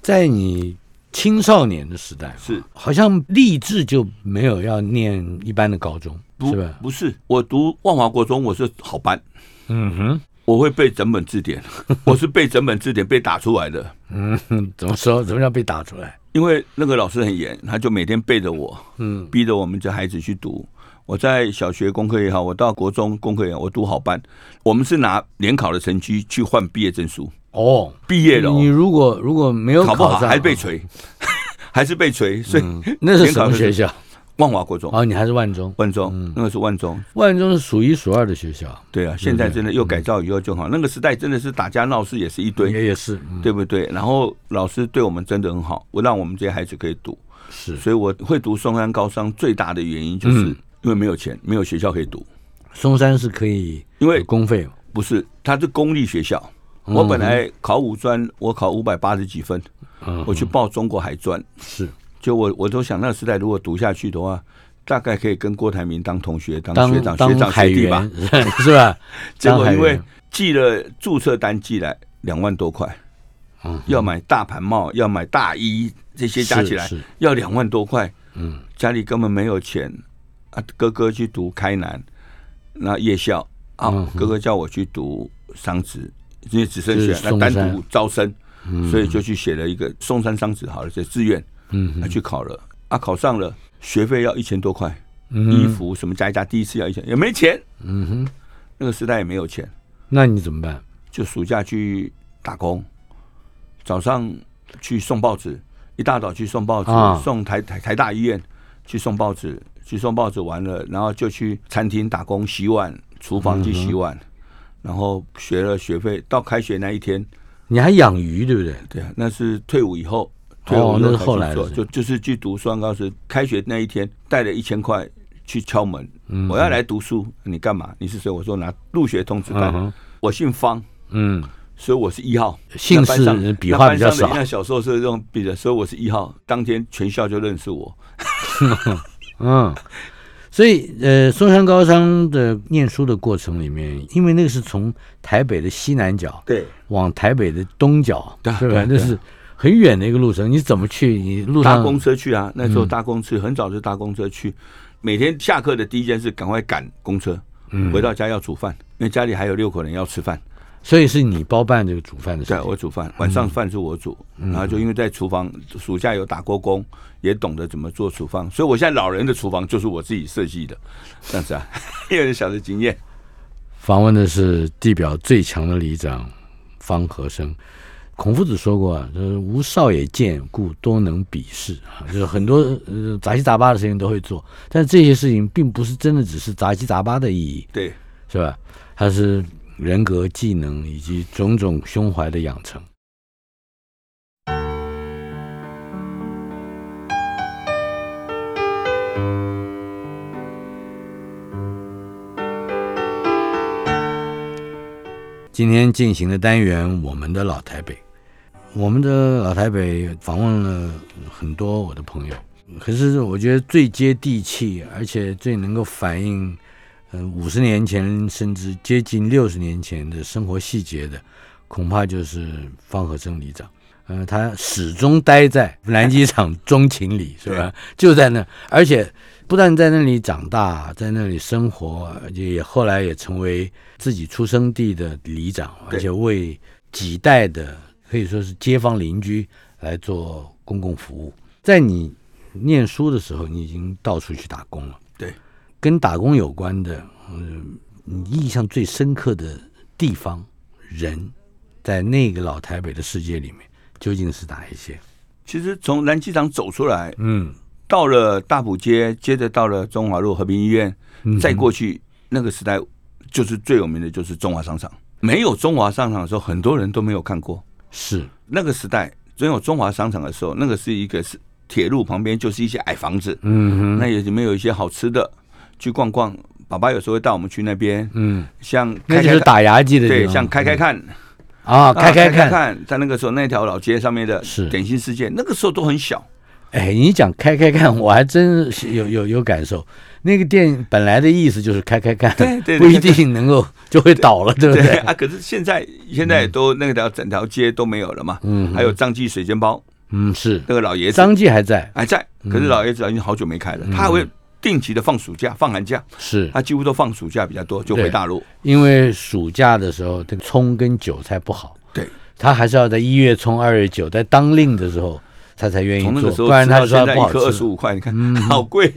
[SPEAKER 2] 在你青少年的时代，
[SPEAKER 3] 是
[SPEAKER 2] 好像立志就没有要念一般的高中，
[SPEAKER 3] 不
[SPEAKER 2] 是吧？
[SPEAKER 3] 不是，我读万华国中，我是好班，
[SPEAKER 2] 嗯哼
[SPEAKER 3] 我会背整本字典，我是背整本字典被打出来的。
[SPEAKER 2] 嗯哼，怎么说？怎么样被打出来？
[SPEAKER 3] 因为那个老师很严，他就每天背着我，
[SPEAKER 2] 嗯，
[SPEAKER 3] 逼着我们这孩子去读。我在小学功课也好，我到国中功课也好，我读好班。我们是拿联考的成绩去换毕业证书，
[SPEAKER 2] 哦，
[SPEAKER 3] 毕业了哦
[SPEAKER 2] 你如果如果没有
[SPEAKER 3] 考不好
[SPEAKER 2] 上，啊嗯
[SPEAKER 3] 还被锤， 还是被锤。所以
[SPEAKER 2] 那是
[SPEAKER 3] 联
[SPEAKER 2] 什
[SPEAKER 3] 考
[SPEAKER 2] 么
[SPEAKER 3] 的
[SPEAKER 2] 学校？嗯
[SPEAKER 3] 万华国中，
[SPEAKER 2] 哦，你还是万 中，
[SPEAKER 3] 万中那个是万中，
[SPEAKER 2] 万中是数一数二的学校，
[SPEAKER 3] 对啊，现在真的又改造以后就好。那个时代真的是打架闹事也是一堆，
[SPEAKER 2] 也也是，嗯
[SPEAKER 3] 对不对？然后老师对我们真的很好，我让我们这些孩子可以读。
[SPEAKER 2] 是
[SPEAKER 3] 所以我会读松山高商最大的原因就是
[SPEAKER 2] 嗯
[SPEAKER 3] 因为没有钱，没有学校可以读，
[SPEAKER 2] 松山是可以
[SPEAKER 3] 因为
[SPEAKER 2] 有公费嘛，
[SPEAKER 3] 不是它是公立学校。
[SPEAKER 2] 嗯
[SPEAKER 3] 我本来考五专，我考五百八十几分，我去报中国海专，
[SPEAKER 2] 嗯是
[SPEAKER 3] 就我我都想那个时代如果读下去的话，大概可以跟郭台铭当同学、当学
[SPEAKER 2] 当
[SPEAKER 3] 长、学
[SPEAKER 2] 当
[SPEAKER 3] 长
[SPEAKER 2] 海
[SPEAKER 3] 学弟吧
[SPEAKER 2] 员。 是吧？
[SPEAKER 3] 结
[SPEAKER 2] 当
[SPEAKER 3] 果
[SPEAKER 2] 海
[SPEAKER 3] 因为
[SPEAKER 2] 员
[SPEAKER 3] 寄了注册单寄来两万多块，
[SPEAKER 2] 嗯
[SPEAKER 3] 要买大盘帽，要买大衣，这些加起来
[SPEAKER 2] 是是
[SPEAKER 3] 要两万多块，嗯，家里根本没有钱啊。哥哥去读开南，那夜校啊，
[SPEAKER 2] 嗯
[SPEAKER 3] 哥哥叫我去读商职，因为只剩
[SPEAKER 2] 就是
[SPEAKER 3] 下那单
[SPEAKER 2] 松山
[SPEAKER 3] 独
[SPEAKER 2] 嗯
[SPEAKER 3] 招生，所以就去写了一个松山商职好了，这志愿，嗯，去考了啊，考上了，学费要一千多块，
[SPEAKER 2] 嗯
[SPEAKER 3] 衣服什么加一加，第一次要一千，也没钱，嗯哼，那个时代也没有钱。
[SPEAKER 2] 那你怎么办？
[SPEAKER 3] 就暑假去打工，早上去送报纸，一大早去送报纸，
[SPEAKER 2] 啊
[SPEAKER 3] 送台台台大医院去送报纸，去送报纸完了，然后就去餐厅打工洗碗，厨
[SPEAKER 2] 嗯
[SPEAKER 3] 房去洗碗，然后学了学费，到开学那一天，
[SPEAKER 2] 你还养鱼对不对？
[SPEAKER 3] 对啊，那是退伍以后，退伍以
[SPEAKER 2] 哦那是
[SPEAKER 3] 才去
[SPEAKER 2] 后来的
[SPEAKER 3] 做
[SPEAKER 2] 事
[SPEAKER 3] 就就是去读双高时，开学那一天带了一千块去敲门，
[SPEAKER 2] 嗯
[SPEAKER 3] 我要来读书，你干嘛？你是谁？我说拿入学通知单，
[SPEAKER 2] 嗯哼
[SPEAKER 3] 我姓方，
[SPEAKER 2] 嗯，
[SPEAKER 3] 所以我是一号。
[SPEAKER 2] 姓
[SPEAKER 3] 那班上
[SPEAKER 2] 氏笔画比较
[SPEAKER 3] 那班上
[SPEAKER 2] 少
[SPEAKER 3] 的那小时候是这种比的，所以我是一号。当天全校就认识我。
[SPEAKER 2] 嗯，所以呃，松山高商的念书的过程里面，因为那个是从台北的西南角
[SPEAKER 3] 对，
[SPEAKER 2] 往台北的东角，
[SPEAKER 3] 对啊
[SPEAKER 2] 对
[SPEAKER 3] 对
[SPEAKER 2] 吧？
[SPEAKER 3] 啊
[SPEAKER 2] 那
[SPEAKER 3] 对啊
[SPEAKER 2] 是很远的一个路程，你怎么去？你路
[SPEAKER 3] 搭
[SPEAKER 2] 上嗯
[SPEAKER 3] 公车去啊，那时候搭公车，很早就搭公车去。每天下课的第一件事，赶快赶公车，
[SPEAKER 2] 嗯
[SPEAKER 3] 回到家要煮饭，因为家里还有六口人要吃饭。
[SPEAKER 2] 所以是你包办这个煮饭的事
[SPEAKER 3] 对，
[SPEAKER 2] 情。
[SPEAKER 3] 我煮饭，晚
[SPEAKER 2] 嗯
[SPEAKER 3] 上饭是我煮，然后就因为在厨房，暑假有打过工，也懂得怎么做厨房，所以我现在老人的厨房就是我自己设计的，这样子啊， 也有小的经验。
[SPEAKER 2] 访问的是地表最强的里长方和生。孔夫子说过啊，就是无少也见，故多能鄙视啊，就是很多呃杂七杂八的事情都会做，但这些事情并不是真的只是杂七杂八的意义，
[SPEAKER 3] 对，
[SPEAKER 2] 是吧？它是人格、技能以及种种胸怀的养成。今天进行的单元我们的老台北，我们的老台北访问了很多我的朋友，可是我觉得最接地气，而且最能够反映，嗯五十年前甚至接近六十年前的生活细节的，恐怕就是方和生里长。呃，他始终待在南机场中情里，是吧？就在那，而且不但在那里长大，在那里生活，而且也后来也成为自己出生地的里长，而
[SPEAKER 3] 对
[SPEAKER 2] 且为几代的可以说是街坊邻居来做公共服务。在你念书的时候，你已经到处去打工了。
[SPEAKER 3] 对，
[SPEAKER 2] 跟打工有关的，嗯，你印象最深刻的地方、人，在那个老台北的世界里面，究竟是哪一些？
[SPEAKER 3] 其实从南机场走出来，
[SPEAKER 2] 嗯，
[SPEAKER 3] 到了大埔街，接着到了中华路和平医院，
[SPEAKER 2] 嗯
[SPEAKER 3] 再过去那个时代，就是最有名的就是中华商场。没有中华商场的时候，很多人都没有看过。
[SPEAKER 2] 是
[SPEAKER 3] 那个时代只有中华商场的时候，那个是一个是铁路旁边就是一些矮房子，嗯，那也里面有一些好吃的，去逛逛。爸爸有时候会带我们去那边，嗯，像
[SPEAKER 2] 那
[SPEAKER 3] 开
[SPEAKER 2] 就
[SPEAKER 3] 开
[SPEAKER 2] 是
[SPEAKER 3] 看，
[SPEAKER 2] 打牙祭的地
[SPEAKER 3] 对，
[SPEAKER 2] 方
[SPEAKER 3] 像开开看，
[SPEAKER 2] 啊，开开
[SPEAKER 3] 开看
[SPEAKER 2] 看。
[SPEAKER 3] 看，在那个时候那条老街上面的
[SPEAKER 2] 是
[SPEAKER 3] 点心世界，那个时候都很小，
[SPEAKER 2] 哎，你讲开开看，我还真是有有有感受。那个店本来的意思就是开开看，
[SPEAKER 3] 对对对
[SPEAKER 2] 不一定能够就会倒了， 对不对？
[SPEAKER 3] 啊。可是现在现在都那条整条街都没有了嘛，嗯，还有张记水煎包
[SPEAKER 2] 嗯，是。
[SPEAKER 3] 那个老爷子
[SPEAKER 2] 张嗯记还在，
[SPEAKER 3] 还在，可是老爷子已经好久没开了，他还会定期的放暑假、放寒假，
[SPEAKER 2] 是
[SPEAKER 3] 他几乎都放暑假比较多，就
[SPEAKER 2] 对
[SPEAKER 3] 回大陆。
[SPEAKER 2] 因为暑假的时候，这个葱跟韭菜不好，
[SPEAKER 3] 对，
[SPEAKER 2] 他还是要在一月葱，二月韭，在当令的时候，他才愿意
[SPEAKER 3] 嗯从那个
[SPEAKER 2] 做，
[SPEAKER 3] 时候
[SPEAKER 2] 不然
[SPEAKER 3] 吃
[SPEAKER 2] 他
[SPEAKER 3] 到
[SPEAKER 2] 说他
[SPEAKER 3] 现在
[SPEAKER 2] 不
[SPEAKER 3] 一
[SPEAKER 2] 好
[SPEAKER 3] 颗二
[SPEAKER 2] 吃嗯
[SPEAKER 3] 十。五块，你看、 好贵。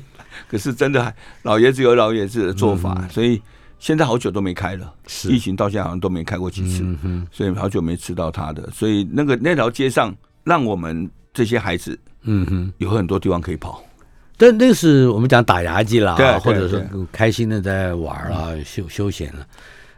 [SPEAKER 3] 可是真的还，老爷子有老爷子的做法，所以现在好久都没开了。
[SPEAKER 2] 嗯是嗯
[SPEAKER 3] 疫情到现在好像都没开过几次，所以好久没吃到他的。所以那个那条街上，让我们这些孩子
[SPEAKER 2] 嗯哼，
[SPEAKER 3] 有很多地方可以跑。
[SPEAKER 2] 但那是我们讲打牙祭啦，
[SPEAKER 3] 对对
[SPEAKER 2] 或者说
[SPEAKER 3] 对
[SPEAKER 2] 开心的在玩儿啦、休休闲了，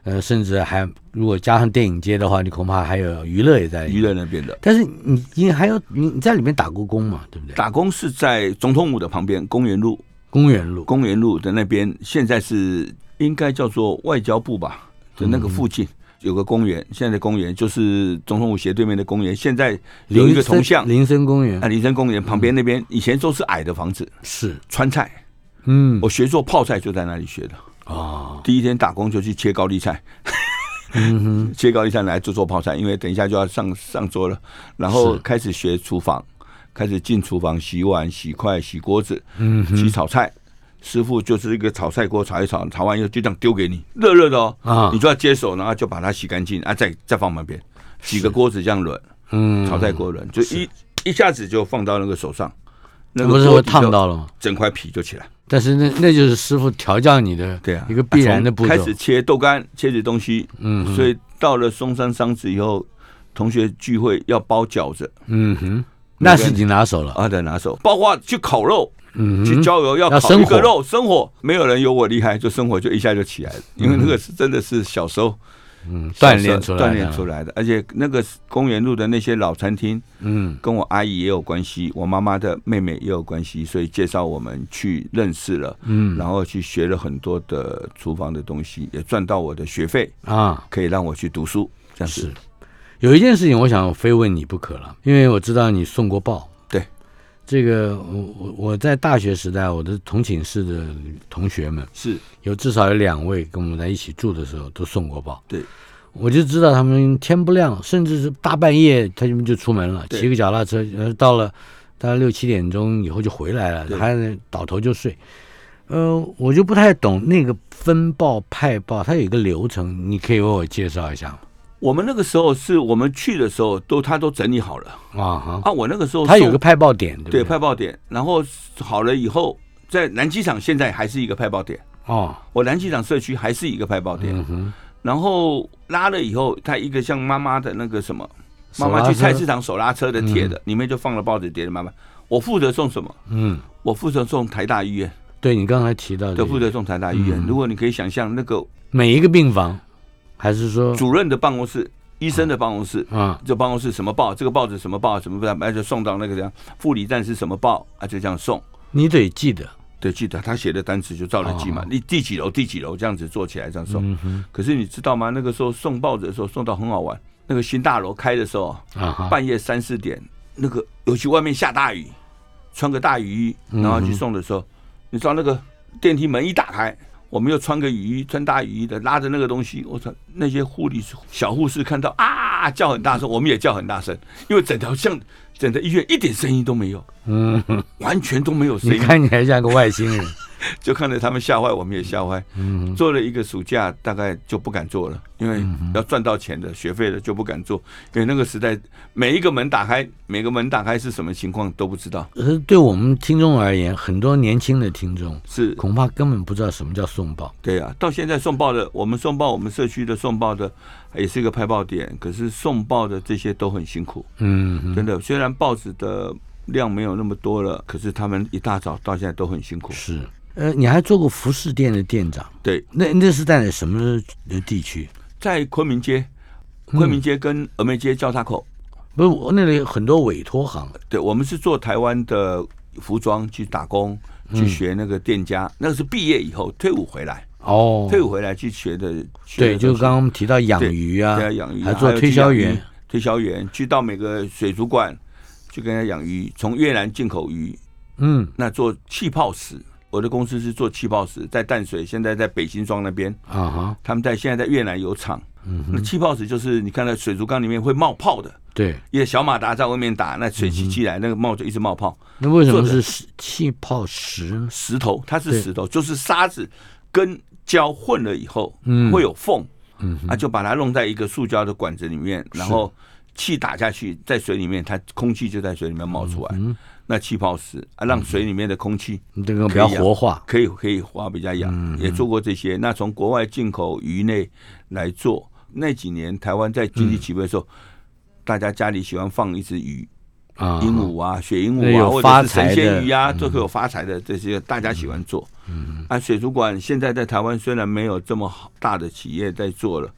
[SPEAKER 2] 呃，甚至还如果加上电影街的话，你恐怕还有娱乐也在里
[SPEAKER 3] 娱
[SPEAKER 2] 面。
[SPEAKER 3] 乐那边的
[SPEAKER 2] 但是你你还有你你在里面打过工嘛，对不对？
[SPEAKER 3] 打工是在总统府的旁边，公园路，
[SPEAKER 2] 公园路
[SPEAKER 3] 公园路的那边，现在是应该叫做外交部吧的那个附近。有个公园，现在的公园就是总统府斜对面的公园。现在有一个铜像，
[SPEAKER 2] 林森公园
[SPEAKER 3] 啊，林森公园旁边那边以前都是矮的房子，
[SPEAKER 2] 是，
[SPEAKER 3] 川菜，
[SPEAKER 2] 嗯
[SPEAKER 3] 我学做泡菜就在那里学的。
[SPEAKER 2] 哦，嗯
[SPEAKER 3] 第一天打工就去切高丽菜， 切高丽菜来做做泡菜，因为等一下就要上上桌了。然后
[SPEAKER 2] 是
[SPEAKER 3] 开始学厨房，开始进厨房洗碗、洗筷、洗锅子，嗯，洗炒菜。师傅就是一个炒菜锅炒一炒，炒完以后就这样丢给你，热热的哦，
[SPEAKER 2] 啊
[SPEAKER 3] 你就要接手，然后就把它洗干净啊，再再放旁边，几个锅子这样轮，
[SPEAKER 2] 嗯，
[SPEAKER 3] 炒菜锅轮，就一一下子就放到那个手上，那个
[SPEAKER 2] 不是
[SPEAKER 3] 锅
[SPEAKER 2] 会
[SPEAKER 3] 底
[SPEAKER 2] 烫
[SPEAKER 3] 就
[SPEAKER 2] 到了吗？
[SPEAKER 3] 整块皮就起来。
[SPEAKER 2] 但是那那就是师傅调教你的
[SPEAKER 3] 对啊，
[SPEAKER 2] 一个必然的步
[SPEAKER 3] 从
[SPEAKER 2] 骤。
[SPEAKER 3] 开始切豆干，切这东西，
[SPEAKER 2] 嗯
[SPEAKER 3] 所以到了松山商职以后，同学聚会要包饺子
[SPEAKER 2] 嗯哼，那是你拿手了。
[SPEAKER 3] 啊，得拿手，包括去烤肉，
[SPEAKER 2] 嗯
[SPEAKER 3] 去
[SPEAKER 2] 哼，
[SPEAKER 3] 郊游
[SPEAKER 2] 要
[SPEAKER 3] 要烤
[SPEAKER 2] 生
[SPEAKER 3] 一个
[SPEAKER 2] 火
[SPEAKER 3] 肉，生火没有人有我厉害，就生火就一下就起来了，因为那个是真的是小时候
[SPEAKER 2] 嗯锻炼出来
[SPEAKER 3] 小时
[SPEAKER 2] 的，
[SPEAKER 3] 啊候锻炼出来的，而且那个公园路的那些老餐厅，
[SPEAKER 2] 嗯，
[SPEAKER 3] 跟我阿姨也有关系，我妈妈的妹妹也有关系，所以介绍我们去认识了，嗯，然后去学了很多的厨房的东西，也赚到我的学费，
[SPEAKER 2] 啊，
[SPEAKER 3] 可以让我去读书，这样子
[SPEAKER 2] 是。有一件事情我想非问你不可了，因为我知道你送过报。
[SPEAKER 3] 对，
[SPEAKER 2] 这个我我我在大学时代，我的同寝室的同学们
[SPEAKER 3] 是
[SPEAKER 2] 有至少有两位跟我们在一起住的时候都送过报。
[SPEAKER 3] 对，
[SPEAKER 2] 我就知道他们天不亮，甚至是大半夜，他们就出门了，
[SPEAKER 3] 对
[SPEAKER 2] 骑个脚踏车，然后到了大概六七点钟以后就回来了，
[SPEAKER 3] 对
[SPEAKER 2] 还倒头就睡。呃，我就不太懂那个分报派报，它有一个流程，你可以为我介绍一下吗？
[SPEAKER 3] 我们那个时候是我们去的时候都他都整理好了
[SPEAKER 2] 啊哈，
[SPEAKER 3] 啊，我那个时候
[SPEAKER 2] 它有
[SPEAKER 3] 送
[SPEAKER 2] 个派报点，对不
[SPEAKER 3] 对
[SPEAKER 2] 对？
[SPEAKER 3] 派报点，然后好了以后，在南机场现在还是一个派报点，
[SPEAKER 2] 哦，
[SPEAKER 3] 我南机场社区还是一个派报点，
[SPEAKER 2] 嗯哼，
[SPEAKER 3] 然后拉了以后，他一个像妈妈的那个什么，妈妈
[SPEAKER 2] 手拉
[SPEAKER 3] 去
[SPEAKER 2] 车
[SPEAKER 3] 菜市场手拉车的铁的，里面就放了报纸叠的妈妈。我负责送什么？
[SPEAKER 2] 嗯，
[SPEAKER 3] 我负责送台大医院，
[SPEAKER 2] 对嗯你刚才提到的
[SPEAKER 3] 对，负责送台大医院。如果你可以想象，那个
[SPEAKER 2] 每一个病房，还是说
[SPEAKER 3] 主任的办公室、医生的办公室，
[SPEAKER 2] 啊，
[SPEAKER 3] 这办公室什么报，这个报纸什么报，什么报，那就送到那个这样。护理站是什么报啊？就这样送。
[SPEAKER 2] 你得记得，
[SPEAKER 3] 对，记得他写的单词就照着记
[SPEAKER 2] 哦
[SPEAKER 3] 嘛，你第几楼第几楼这样子做起来这样送。
[SPEAKER 2] 嗯
[SPEAKER 3] 可是你知道吗？那个时候送报纸的时候送到很好玩，那个新大楼开的时候，
[SPEAKER 2] 啊哈，
[SPEAKER 3] 半夜三四点，那个尤其外面下大雨，穿个大雨衣，
[SPEAKER 2] 嗯
[SPEAKER 3] 然后去送的时候，你知道那个电梯门一打开，我们又穿个雨衣、穿大雨衣的，拉着那个东西，我操！那些护理师小护士看到啊，叫很大声，我们也叫很大声，因为整条巷、整个医院一点声音都没有，
[SPEAKER 2] 嗯，
[SPEAKER 3] 完全都没有声
[SPEAKER 2] 你
[SPEAKER 3] 音，
[SPEAKER 2] 看起来像个外星 人，
[SPEAKER 3] 就看着他们吓坏，我们也吓坏。
[SPEAKER 2] 嗯
[SPEAKER 3] 做了一个暑假，大概就不敢做了，因为要赚到钱的学费的就不敢做，因为那个时代每一个门打开，每个门打开是什么情况都不知道，
[SPEAKER 2] 可是呃对我们听众而言，很多年轻的听众
[SPEAKER 3] 是
[SPEAKER 2] 恐怕根本不知道什么叫送报。
[SPEAKER 3] 对啊，到现在送报的，我们送报，我们社区的送报的也是一个派报点，可是送报的这些都很辛苦，
[SPEAKER 2] 嗯哼，
[SPEAKER 3] 真的。虽然报纸的量没有那么多了，可是他们一大早到现在都很辛苦。
[SPEAKER 2] 是。呃，你还做过服饰店的店长，
[SPEAKER 3] 对，
[SPEAKER 2] 那那是在什么地区？
[SPEAKER 3] 在昆明街、
[SPEAKER 2] 嗯
[SPEAKER 3] 昆明街跟峨眉街交叉口，
[SPEAKER 2] 不是，我那里有很多委托行，
[SPEAKER 3] 对，我们是做台湾的服装去打工，
[SPEAKER 2] 嗯
[SPEAKER 3] 去学那个店家，那个是毕业以后退伍回来，
[SPEAKER 2] 哦
[SPEAKER 3] 退伍回来去学的。学
[SPEAKER 2] 对，
[SPEAKER 3] 的
[SPEAKER 2] 就
[SPEAKER 3] 东
[SPEAKER 2] 是
[SPEAKER 3] 西
[SPEAKER 2] 刚刚我们提到养鱼啊，
[SPEAKER 3] 对啊，养鱼啊
[SPEAKER 2] 还做推销员，
[SPEAKER 3] 还有去养鱼推销员去到每个水族馆去跟人家养鱼，从越南进口鱼，
[SPEAKER 2] 嗯
[SPEAKER 3] 那做气泡石。我的公司是做气泡石，在淡水，现在在北新庄那边，
[SPEAKER 2] 啊哈，
[SPEAKER 3] 他们在现在在越南有厂。
[SPEAKER 2] 嗯
[SPEAKER 3] 那气泡石就是你看到水族缸里面会冒泡的，
[SPEAKER 2] 对，
[SPEAKER 3] 因为小马达在外面打，那
[SPEAKER 2] 嗯
[SPEAKER 3] 水汽进来，那个冒就一直冒泡。
[SPEAKER 2] 那为什么
[SPEAKER 3] 做的
[SPEAKER 2] 是石气泡石呢？
[SPEAKER 3] 石头，它
[SPEAKER 2] 对
[SPEAKER 3] 是石头，就是沙子跟胶混了以后，
[SPEAKER 2] 嗯
[SPEAKER 3] 会有缝，
[SPEAKER 2] 嗯
[SPEAKER 3] 啊，就把它弄在一个塑胶的管子里面，然后气打下去，在水里面，它空气就在水里面冒出来，
[SPEAKER 2] 嗯
[SPEAKER 3] 那气泡石啊，让水里面的空气
[SPEAKER 2] 这个比较活化，
[SPEAKER 3] 可以可以花比较
[SPEAKER 2] 嗯
[SPEAKER 3] 养，也做过这些。那从国外进口鱼类来做，那几年台湾在经济起飞的时
[SPEAKER 2] 嗯
[SPEAKER 3] 候，大家家里喜欢放一只鱼，
[SPEAKER 2] 啊，
[SPEAKER 3] 鹦鹉啊、雪鹦
[SPEAKER 2] 那
[SPEAKER 3] 鹉啊，
[SPEAKER 2] 有
[SPEAKER 3] 或
[SPEAKER 2] 发
[SPEAKER 3] 者是
[SPEAKER 2] 财
[SPEAKER 3] 神
[SPEAKER 2] 的嗯
[SPEAKER 3] 仙鱼啊，都会有发财的这些，大家喜欢做。啊，水族馆现在在台湾虽然没有这么好大的企业在做了，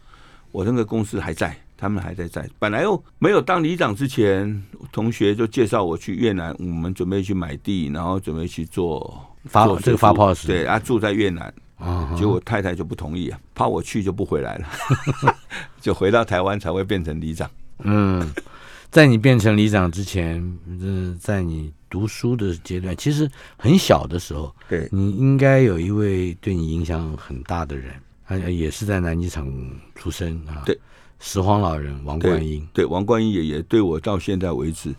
[SPEAKER 3] 我那个公司还在，他们还在在。本来又没有当里长之前，同学就介绍我去越南，我们准备去买地，然后准备去做
[SPEAKER 2] 发
[SPEAKER 3] 做
[SPEAKER 2] 这个发泡石
[SPEAKER 3] 对啊，住在越南。
[SPEAKER 2] 啊哈
[SPEAKER 3] 结果太太就不同意啊，怕我去就不回来了， 就回到台湾才会变成里长。
[SPEAKER 2] 嗯，在你变成里长之前，嗯，在你读书的阶段，其实很小的时候，
[SPEAKER 3] 对，
[SPEAKER 2] 你应该有一位对你影响很大的人，他也是在南机场出生啊，
[SPEAKER 3] 对，
[SPEAKER 2] 拾荒老人王
[SPEAKER 3] 对
[SPEAKER 2] 冠英，
[SPEAKER 3] 对，王冠英爷爷对我到现在为止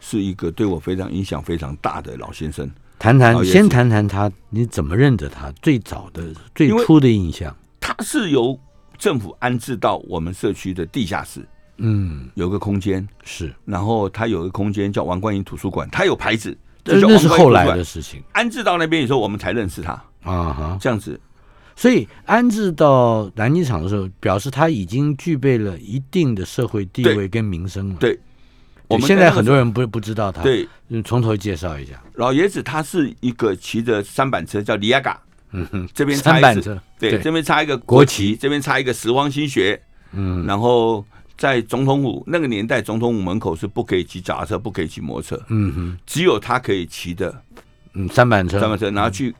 [SPEAKER 3] 是一个对我非常影响非常大的老先生。
[SPEAKER 2] 谈
[SPEAKER 3] 哦
[SPEAKER 2] 谈
[SPEAKER 3] 也是
[SPEAKER 2] 先谈谈他，你怎么认得他？最早的最
[SPEAKER 3] 因为
[SPEAKER 2] 初的印象，
[SPEAKER 3] 他是由政府安置到我们社区的地下室，
[SPEAKER 2] 嗯，
[SPEAKER 3] 有个空间，
[SPEAKER 2] 是，
[SPEAKER 3] 然后他有一个空间叫王冠英图书馆，他有牌子，
[SPEAKER 2] 这
[SPEAKER 3] 叫
[SPEAKER 2] 那是
[SPEAKER 3] 王冠英
[SPEAKER 2] 后来
[SPEAKER 3] 图书
[SPEAKER 2] 的
[SPEAKER 3] 馆
[SPEAKER 2] 事情
[SPEAKER 3] 安置到那边以后，我们才认识他。
[SPEAKER 2] 啊哈。
[SPEAKER 3] 这样子，
[SPEAKER 2] 所以安置到南机场的时候，表示他已经具备了一定的社会地位跟名声了。
[SPEAKER 3] 对我们
[SPEAKER 2] 现在
[SPEAKER 3] 那个
[SPEAKER 2] 很多人不不知道他。，嗯
[SPEAKER 3] 对
[SPEAKER 2] 从头介绍一下。
[SPEAKER 3] 老爷子，他是一个骑着三板车，叫里亚嘎，
[SPEAKER 2] 嗯哼，
[SPEAKER 3] 这边插
[SPEAKER 2] 三
[SPEAKER 3] 一
[SPEAKER 2] 板
[SPEAKER 3] 只
[SPEAKER 2] 车。
[SPEAKER 3] 对，这
[SPEAKER 2] 对，
[SPEAKER 3] 边插一个
[SPEAKER 2] 国
[SPEAKER 3] 国
[SPEAKER 2] 旗
[SPEAKER 3] 旗，这边插一个拾荒新学，
[SPEAKER 2] 嗯，
[SPEAKER 3] 然后在总统府那个年代，总统府门口是不可以骑脚踏车，不可以骑摩托车，
[SPEAKER 2] 嗯哼，
[SPEAKER 3] 只有他可以骑的
[SPEAKER 2] 嗯，三板车。
[SPEAKER 3] 三轮车，然后去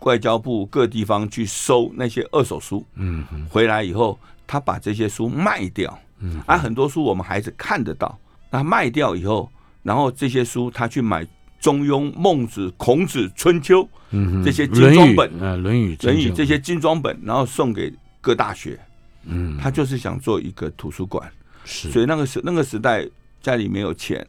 [SPEAKER 3] 外交部各地方去收那些二手书，
[SPEAKER 2] 嗯哼，
[SPEAKER 3] 回来以后他把这些书卖掉，嗯，啊，很多书我们孩子看得到，那卖掉以后，然后这些书他去买《中庸》《孟子》《孔子》《春秋》
[SPEAKER 2] 嗯哼，
[SPEAKER 3] 这些精
[SPEAKER 2] 《论
[SPEAKER 3] 装
[SPEAKER 2] 语》
[SPEAKER 3] 本
[SPEAKER 2] 呃，《论语》《
[SPEAKER 3] 《论语》
[SPEAKER 2] 真
[SPEAKER 3] 这
[SPEAKER 2] 经
[SPEAKER 3] 些精装本，然后送给各大学，
[SPEAKER 2] 嗯，
[SPEAKER 3] 他就是想做一个图书馆。所
[SPEAKER 2] 是
[SPEAKER 3] 以那个时那个时代家里没有钱，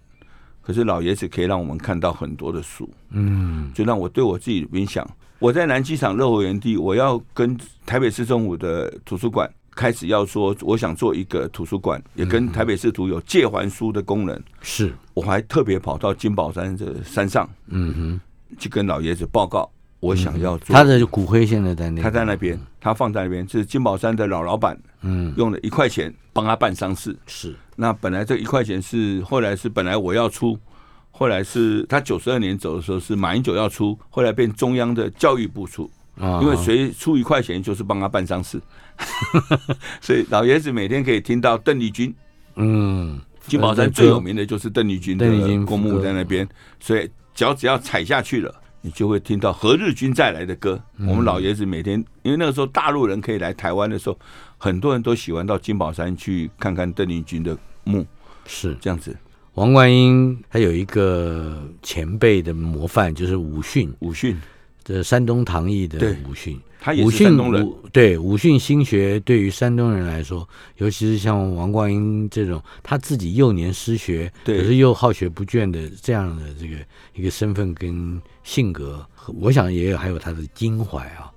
[SPEAKER 3] 可是老爷子可以让我们看到很多的书，
[SPEAKER 2] 嗯
[SPEAKER 3] 就让我对我自己影响。我在南机场乐活园地，我要跟台北市政府的图书馆开始要说，我想做一个图书馆，也
[SPEAKER 2] 嗯
[SPEAKER 3] 跟台北市图有借还书的功能。
[SPEAKER 2] 是
[SPEAKER 3] 我还特别跑到金宝山的山上
[SPEAKER 2] 嗯哼，嗯
[SPEAKER 3] 去跟老爷子报告，我想要做。
[SPEAKER 2] 他的骨灰现在在那。
[SPEAKER 3] 他在那边，他放在那边，是金宝山的老老板
[SPEAKER 2] 嗯
[SPEAKER 3] 用了一块钱帮他办丧事。
[SPEAKER 2] 是
[SPEAKER 3] 那本来这一块钱是后来是本来我要出，后来是他九十二年走的时候是马英九要出，后来变中央的教育部出，
[SPEAKER 2] 啊，
[SPEAKER 3] 因为谁出一块钱就是帮他办丧事， 所以老爷子每天可以听到邓丽君，
[SPEAKER 2] 嗯
[SPEAKER 3] 金宝山最有名的就是邓丽君的
[SPEAKER 2] 邓丽君
[SPEAKER 3] 公墓在那边，所以脚只要踩下去了，你就会听到“何日君再来”的歌。我们老爷子每天，因为那个时候大陆人可以来台湾的时候，很多人都喜欢到金宝山去看看邓丽君的墓，
[SPEAKER 2] 是
[SPEAKER 3] 这样子。
[SPEAKER 2] 王冠英，他有一个前辈的模范，就是武训，
[SPEAKER 3] 武训
[SPEAKER 2] 这山东唐毅的
[SPEAKER 3] 对
[SPEAKER 2] 武训。
[SPEAKER 3] 他也
[SPEAKER 2] 武
[SPEAKER 3] 是
[SPEAKER 2] 训
[SPEAKER 3] 山东人，
[SPEAKER 2] 武对武训新学对于山东人来说，尤其是像王冠英这种他自己幼年失学，
[SPEAKER 3] 对
[SPEAKER 2] 可是又好学不倦的这样的这个一个身份跟性格，我想也有还有他的襟怀啊。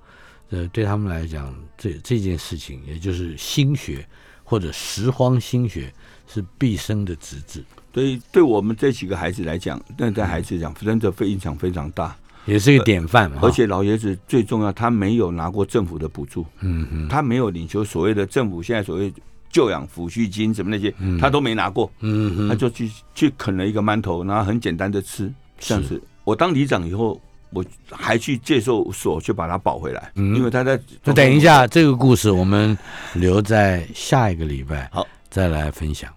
[SPEAKER 2] 呃，对他们来讲，这这件事情，也就是新学或者拾荒新学，是毕生的职责，
[SPEAKER 3] 所以对我们这几个孩子来讲，那对孩子讲真的非影响非常大。
[SPEAKER 2] 也是一个典范嘛。
[SPEAKER 3] 呃而且老爷子最重要，他没有拿过政府的补助，
[SPEAKER 2] 嗯哼，
[SPEAKER 3] 他没有领求所谓的政府现在所谓救养抚恤金什么那些，他都没拿过。
[SPEAKER 2] 嗯哼，
[SPEAKER 3] 他就去去啃了一个馒头，然后很简单的吃，这样子。我当里长以后，我还去介受所去把它保回来，
[SPEAKER 2] 嗯
[SPEAKER 3] 因为他在。
[SPEAKER 2] 那等一，下，这个故事我们留在下一个礼拜，
[SPEAKER 3] 好，
[SPEAKER 2] 再来分享。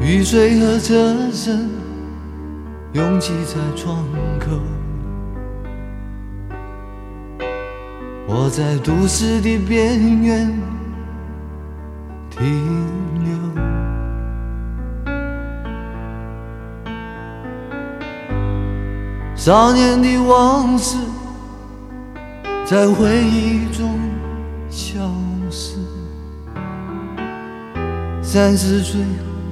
[SPEAKER 1] 雨水和车声拥挤在窗口，我在都市的边缘停留。少年的往事在回忆中消失。三十岁，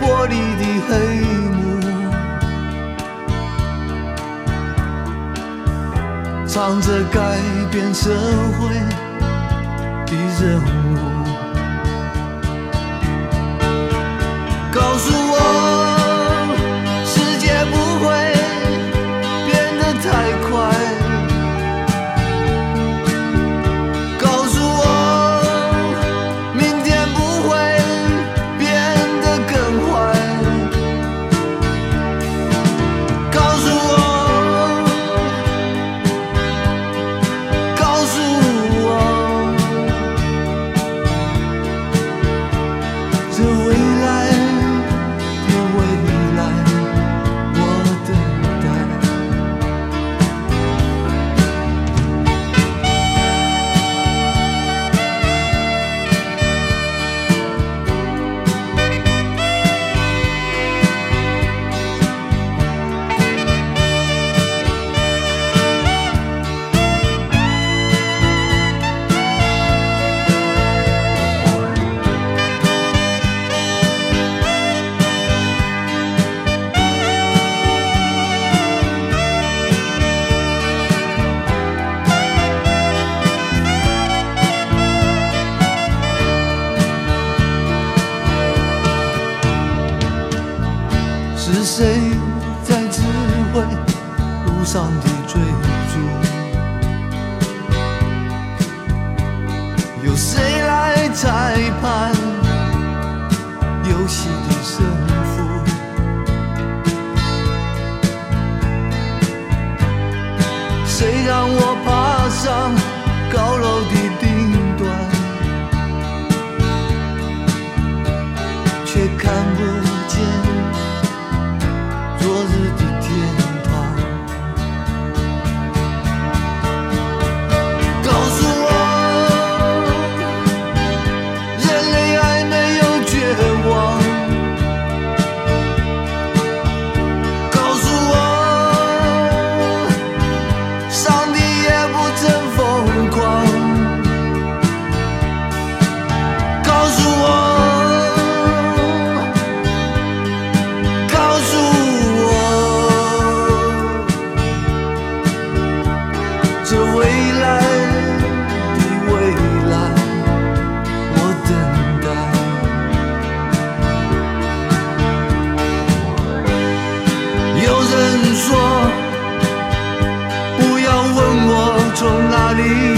[SPEAKER 1] 玻璃的黑幕，唱着改变社会的任务。告诉我，世界不会变得太快。告诉我，明天不会变得更坏。告诉我，告诉我，这未来的未来，我等待。是谁在指挥路上的追逐？由谁来裁判游戏的胜负？谁让我爬上高楼的顶端？却看不见昨日的天堂。告诉我，人类还没哪里？